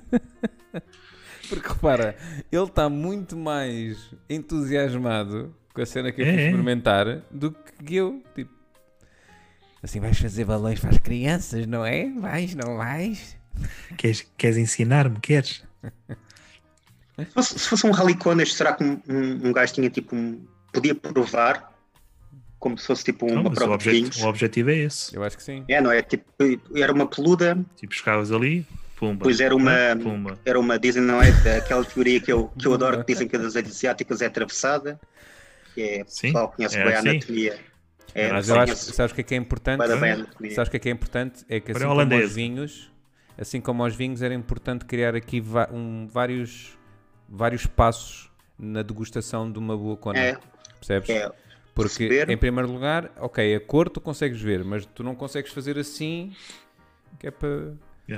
Porque repara, ele está muito mais entusiasmado com a cena que eu É, fui é. experimentar do que eu. Tipo, assim, vais fazer balões para as crianças, não é? Vais, não vais? queres queres ensinar-me? Queres? Se fosse, se fosse um raliconas, será que um, um, um gajo tinha tipo um. Podia provar como se fosse tipo Não, uma mas o, prova de objet- vinhos. o objetivo é esse. Eu acho que sim. É, não é? Tipo, era uma peluda, Tipo, chegavas ali, pumba. Pois era uma- Pumba. era uma, dizem, não é? Aquela teoria que eu, que eu adoro, que dizem que a das asiáticas é atravessada, que é, Sim, pessoal conhece é bem a assim. anatomia. É, Mas pessoal eu acho, conhece sabes o que é que é importante? bué da bem a anatomia. Sabes o que é que é importante? É que Para assim o como holandês. aos vinhos, assim como aos vinhos, era importante criar aqui va- um- vários, vários passos na degustação de uma boa cona. É. Percebes? É, Porque perceber. em primeiro lugar, ok, a cor tu consegues ver, mas tu não consegues fazer assim, que é para...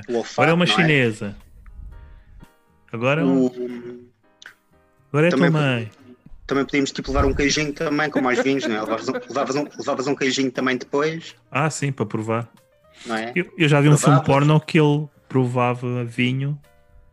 o olfato, Agora é uma não chinesa. Agora, é um- O- agora é tua também- mãe. também podíamos tipo, levar um queijinho também, como aos vinhos, não é? Levavas um, levavas um, levavas um queijinho também depois, Ah, sim, para provar. não é? Eu, eu já vi um filme Provavas? porno que ele provava vinho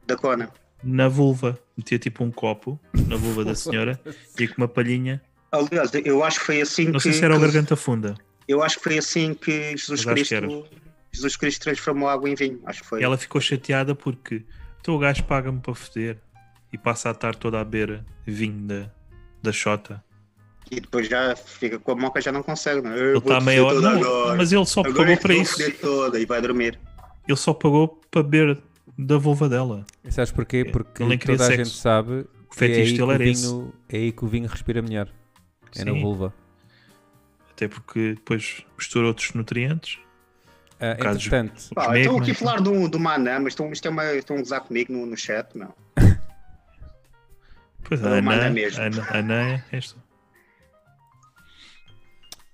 Da cona. na vulva. Metia tipo um copo na vulva da senhora e com uma palhinha. Aliás, eu acho que foi assim Não que. sei se era o que- garganta funda. Eu acho que foi assim que Jesus Mas acho que Cristo, Jesus Cristo transformou água em vinho. Acho que foi. E ela ficou chateada porque então o gajo paga-me para foder e passa a tarde toda a beira vinho da, da Xota. E depois já fica com a moca já não consegue. Não. é? Eu Ele tá vou está te meia foder hora. toda Não, agora. mas ele só Agora pagou é que para vou isso. foder toda e vai dormir. Ele só pagou para beber da vulva dela. E Sabes porquê? É, Porque Ele nem queria toda a sexo. gente sabe O que é aí fetiche que, dele o era esse. vinho, é aí que o vinho respira melhor. É na Sim. vulva. Até porque depois mistura outros nutrientes. Ah, caso- entretanto, Pá, Os estão mesmos, aqui a então. falar do, do Maná, mas estão, isto é uma, estão a gozar comigo no, no chat, não. Pois Não, a mas não é Ana, mesmo. a Ana, a Ana é esta.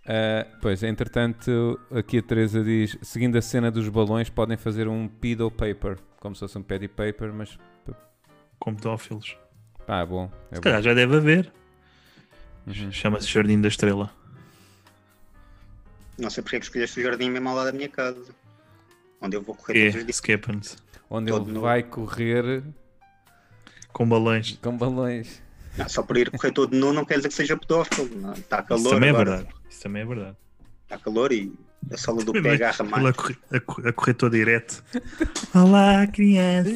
ah, pois, entretanto, aqui a Teresa diz, seguindo a cena dos balões, podem fazer um pedo paper, como se fosse um paddy paper, mas Como pedófilos. pá, bom. É bom. Se calhar já deve haver. Chama-se Jardim da Estrela. Não sei porque é que escolheste o jardim mesmo ao lado da minha casa. Onde eu vou correr todos os É, dias. Skeppens. Onde Todo ele nu. vai correr Com balões. com balões. Não, só por ir correr todo nu não quer dizer que seja pedófilo. não. Está calor. Isso também é agora. verdade. Isso também é verdade. Está calor e a sola do Ele pé agarra a, mais. correr, a cor- a correr todo direto. Olá, criança.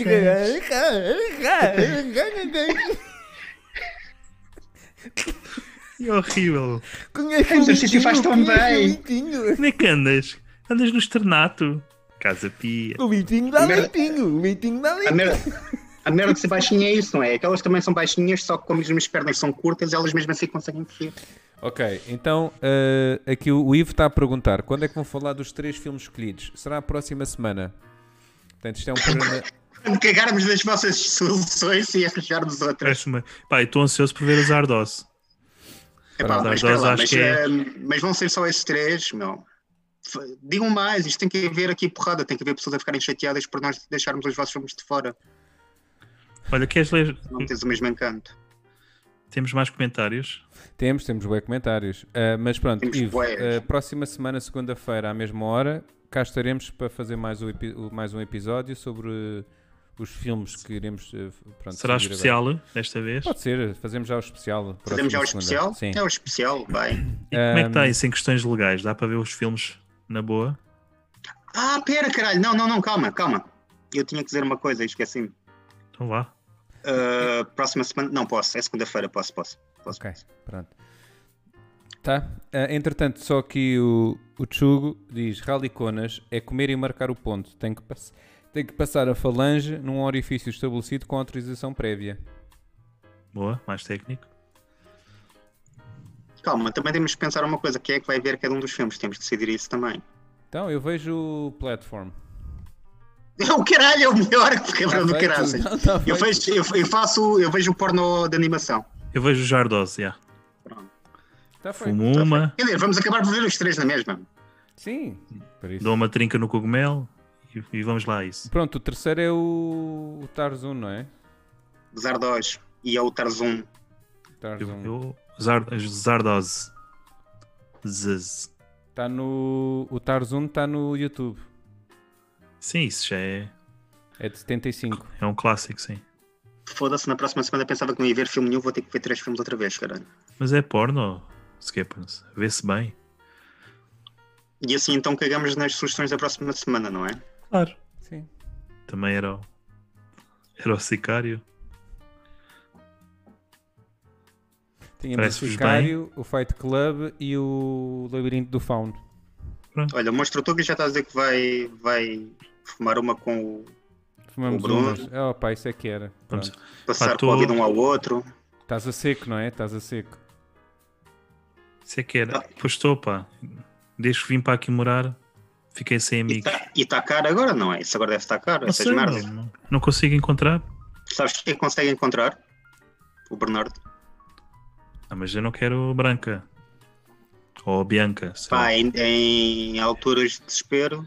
É horrível. O exercício faz tão bem. Onde é que andas? Andas no externato. Casa Pia. A merda, a merda, a merda de ser baixinha é isso, não é? Aquelas também são baixinhas, só que como as minhas pernas são curtas, elas mesmo assim conseguem correr. Ok, então ah, aqui o o Ivo está a perguntar quando é que vão falar dos três filmes escolhidos? Será a próxima semana? Portanto, isto é um programa. Quando cagarmos nas vossas soluções e arranjarmos outras. Parece uma... Pá, eu estou ansioso por ver as Ardós. Epá, mas mas, espera lá, acho mas, que é- hum, mas vão ser só esses três, meu. F- Digam mais, isto tem que haver aqui porrada, tem que haver pessoas a ficarem chateadas por nós deixarmos os vossos filmes de fora. Olha, queres ler? Hum. Não tens o mesmo encanto. Temos mais comentários? Temos, temos bué comentários. Ah, mas pronto, Temos Ivo, bués. ah, próxima semana, segunda-feira, à mesma hora, cá estaremos para fazer mais, o epi- o- mais um episódio sobre ah, os filmes que iremos. ah, pronto, Será seguir agora. especial desta vez? Pode ser, fazemos já o especial. próxima Fazemos já o segunda. especial? Sim. É o especial, vai. E como é que está isso em questões legais? Dá para ver os filmes na boa? Ah, pera, caralho, não, não, não, calma, calma. Eu tinha que dizer uma coisa, esqueci-me. Então vá. Uh, próxima semana, não posso, é segunda-feira, posso, posso. posso. Ok, pronto. Tá. ah, entretanto, só que o, o Chugo diz: Raliconas é comer e marcar o ponto. Tem que, pass- tem que passar a falange num orifício estabelecido com autorização prévia. Boa, mais técnico. Calma, também temos que pensar uma coisa, quem é que vai ver cada um dos filmes? Temos de decidir isso também. Então, eu vejo o platform. É o caralho, é o melhor quebra do Tá feito, caralho. não, tá Eu feito. vejo, eu, eu faço, eu vejo o porno de animação. Eu vejo os Jardos, já. Tá feito. Fumo uma, Quer dizer, vamos acabar por ver os três na mesma. Sim. Por isso. dou uma trinca no cogumelo e, e vamos lá a isso. Pronto, o terceiro é o, o Tarzun, não é? Os Ardós e é o Tarzum. Tarzun. Eu, eu Zar, Zardoz. Zz. Tá no, o Tarzun está no YouTube. Sim, isso já é, É de 75. é um clássico, sim. Foda-se, na próxima semana pensava que não ia ver filme nenhum, vou ter que ver três filmes outra vez, caralho. Mas é porno, Skippens. Vê-se bem. E assim então cagamos nas sugestões da próxima semana, não é? Claro. Sim. Também era o, era o sicário. Tínhamos o Parece-vos Sicário, o Fight Club e o Labirinto do Fauno. Olha, mostra o que já está a dizer que vai, vai fumar uma com o. Fumamos O Bruno. umas. Ah, opa, isso é que era. Vamos- Pronto. passar Pá, tô- Covid um ao outro. Estás a seco, não é? Estás a seco. Isso é que era. Ah. Pois estou, pá. Desde que vim para aqui morar, fiquei sem E amigos. tá- E está caro agora, não é? Isso agora deve estar caro, Não essas sei, merdas. meu, não- não consigo encontrar. Sabes quem consegue encontrar? O Bernardo. Ah, mas eu não quero branca. Ou bianca. sei lá. Pá, em, em alturas de desespero,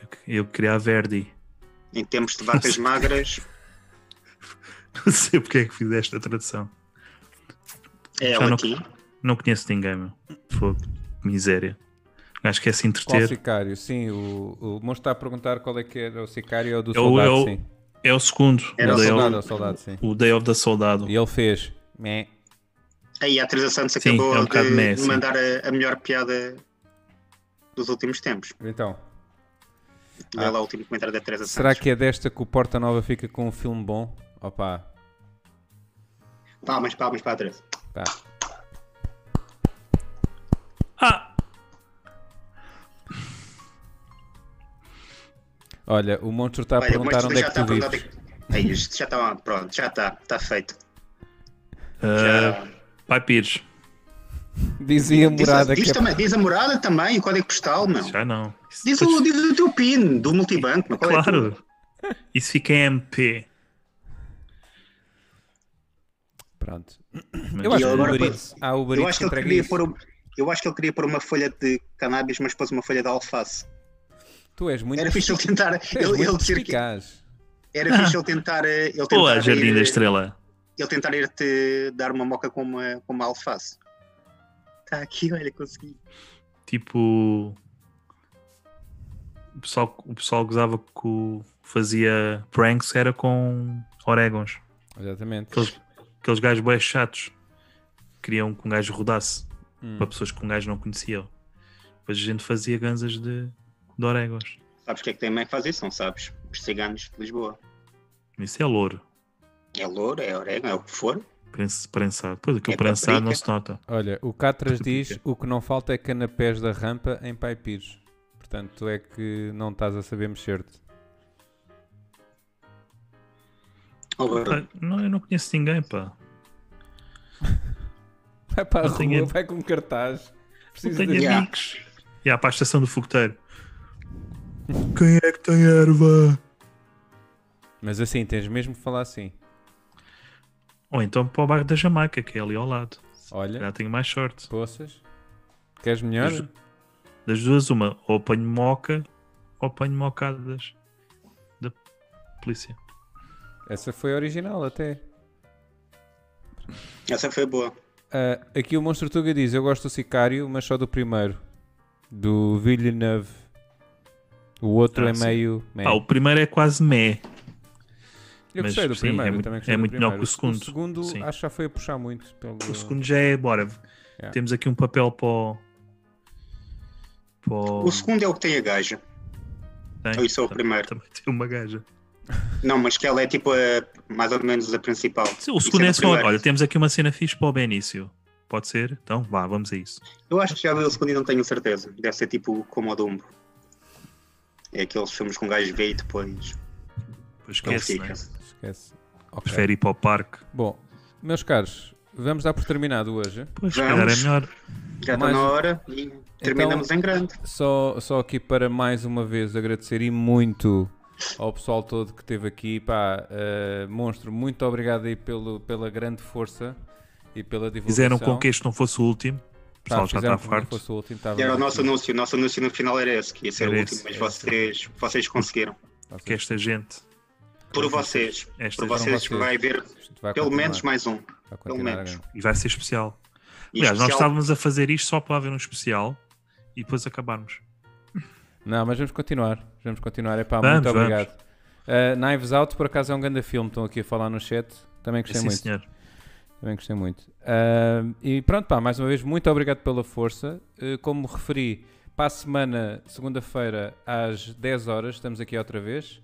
Eu, eu queria a verde. em tempos de vacas magras, Não sei porque é que fiz esta tradução. é Já ela não- aqui. Não conheço ninguém, meu. Fogo. Miséria. Acho que é se Qual entreter. Sicário? Sim, o, o monstro está a perguntar qual é que era o Sicário ou do É o- soldado, é o- sim. É o segundo. Era o, o day Soldado, é of, o soldado, sim. o Day of the Soldado. E ele fez. Meh. Aí a Teresa Santos Sim, acabou é um bocado de meh, sim. mandar a, a melhor piada dos últimos tempos. Então, Ah. Vê lá o último comentário da Teresa será Santos. que é desta que o Porta Nova fica com um filme bom? Opa, Palmas, palmas para a Teresa. tá. Ah! Olha, o monstro está a Olha, perguntar mas onde já é que está a tu perguntar. vives. onde é que- Aí, isto já está, pronto, já está, está feito. ah, Já- Pai Pires. Dizia a Diz, morada diz que é... também, diz a morada também, código postal, não. Já não. Isso- Diz o, diz o teu PIN do multibanco, meu. Qual é o teu? Claro. Isso fica em MP. Pronto. Mas- Eu acho que E o agora- Uber Eats, há Uber Eu Eats que acho, que ele entrega queria isso. pôr, um- eu acho que ele queria pôr uma folha de cannabis, mas pôs uma folha de alface. Tu és muito, Era fixe ele tentar. tu és Ele, ele muito dizer que, perspicaz. era fixe ele tentar. eh, Ele tentar, Olá, é Jardim da ir, Estrela. ele tentar ir te dar uma moca com uma, com uma alface. Está Tá aqui, olha, consegui. Tipo. O pessoal, o pessoal gozava que o- fazia pranks era com orégãos. Exatamente. Aqueles, aqueles gajos bem chatos. Queriam que um gajo rodasse Hum. para pessoas que um gajo não conhecia. Depois a gente fazia ganzas de, de orégãos. Sabes o que é que tem mãe que faz isso? Não sabes? Os ciganos de Lisboa. Isso é louro. É louro, é orégano, é o que for. Prensa- Prensado. Pois aquilo É prensado não se paprika. nota. Olha, o Catras diz o que não falta é canapés da rampa em Pai Pires. Portanto, tu é que não estás a saber mexer-te. Ó, Bruno, Pá, Não, eu não conheço ninguém, pá. Vai para a Não tenho- rua, vai com cartaz. Não Preciso tenho de... Yeah. amigos. E há para a estação do fogoteiro. Quem é que tem erva? Mas assim, tens mesmo que falar assim. Ou então para o bairro da Jamaica, que é ali ao lado. Olha, Já tenho mais sorte. poças, queres melhor? Mas- Das duas, uma. Ou apanho moca, ou apanho mocadas da polícia. Essa foi original até. Essa foi boa. Ah, aqui o Monstro Tuga diz: Eu gosto do Sicário, mas só do primeiro. Do Villeneuve. O outro Ah, é sim. meio. meh. Ah, o primeiro é quase mé. eu mas gostei do sim, primeiro. é eu muito- também gostei é do muito melhor primeiro. que o segundo. O segundo Sim. acho que já foi a puxar muito. Pelo... O segundo já é, bora. Yeah. Temos aqui um papel para o. Para o... O segundo é o que tem a gaja. Tem. Ou isso é o Tam- primeiro? Também tem uma gaja. Não, mas que ela é tipo a, mais ou menos a principal. Sim, O Isso segundo é é no só. primeiro. Olha, temos aqui uma cena fixe para o Benício. Pode ser? Então, vá, vamos a isso. Eu acho que já vi o segundo e não tenho certeza. Deve ser tipo como o Dumbo. É aqueles filmes com gajo veio e depois. Depois Não esquece, Então fica. né? Esquece. Ok. Prefere ir para o parque. Bom, meus caros, vamos dar por terminado hoje. Pois, se Vamos. calhar é melhor. Já está Mais- na hora e terminamos então- em grande. Só, só aqui para mais uma vez agradecer e muito ao pessoal todo que esteve aqui. Pá, eh, Monstro, muito obrigado aí pelo, pela grande força e pela divulgação. Fizeram com que este não fosse o último. O Pá, pessoal já tá fizeram está com que farto. fosse o último, estava E era o nosso aqui. anúncio. O nosso anúncio no final era esse, que ia ser Era o esse, último, mas era vocês, vocês conseguiram. Vocês- Que esta gente. Por vocês. Estas Por eram vocês vocês. vai haver Isto vai pelo continuar, menos mais um. vai continuar menos. a ganhar. E vai ser especial. E Aliás, nós especial- estávamos a fazer isto só para haver um especial e depois acabarmos. Não, mas vamos continuar. Vamos continuar. Epá, Vamos, muito vamos. obrigado. Eh, Knives Out, por acaso, é um grande filme. Estão aqui a falar no chat. Também gostei Sim, muito. senhor. Também gostei muito. Ahm, e pronto, pá, mais uma vez, muito obrigado pela força. Eh, como referi, para a semana, segunda-feira, às 10 horas, estamos aqui outra vez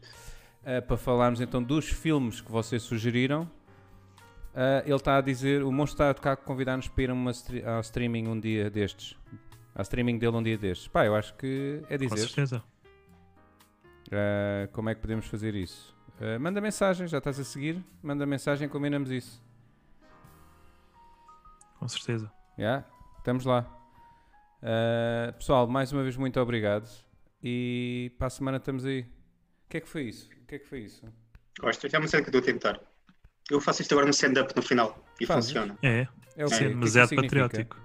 eh, para falarmos então dos filmes que vocês sugeriram. Ah, ele está a dizer, o monstro está a tocar convidar-nos para ir a uma stre- ao streaming um dia destes. Ao streaming dele um dia destes. Pá, eu acho que é Com dizer. certeza. Ah, como é que podemos fazer isso? Ah, manda mensagem, já estás a seguir? Manda mensagem, combinamos isso. Com certeza. Já? Estamos lá. Ah, pessoal, mais uma vez muito obrigado. E para a semana estamos aí. O que é que foi isso? O que é que foi isso? Gosto, já não sei o que eu estou a tentar. Eu faço isto agora no stand-up no final e Fazes? funciona. É, É o quê? O sim, que é que demasiado isso significa? patriótico.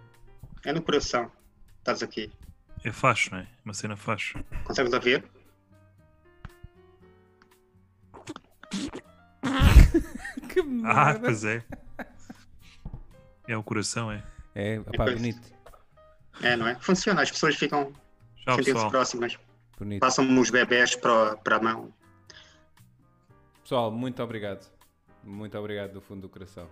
É no coração. Estás aqui. É facho, não é? Uma cena facho. Consegues ouvir? Que Ah, merda! pois é. É o coração, é. É, pá, coisa. bonito. É, não é? Funciona, as pessoas ficam Tchau, sentindo-se pessoal. próximas. bonito. Passam os bebés para, para a mão. Pessoal, muito obrigado. Muito obrigado do fundo do coração.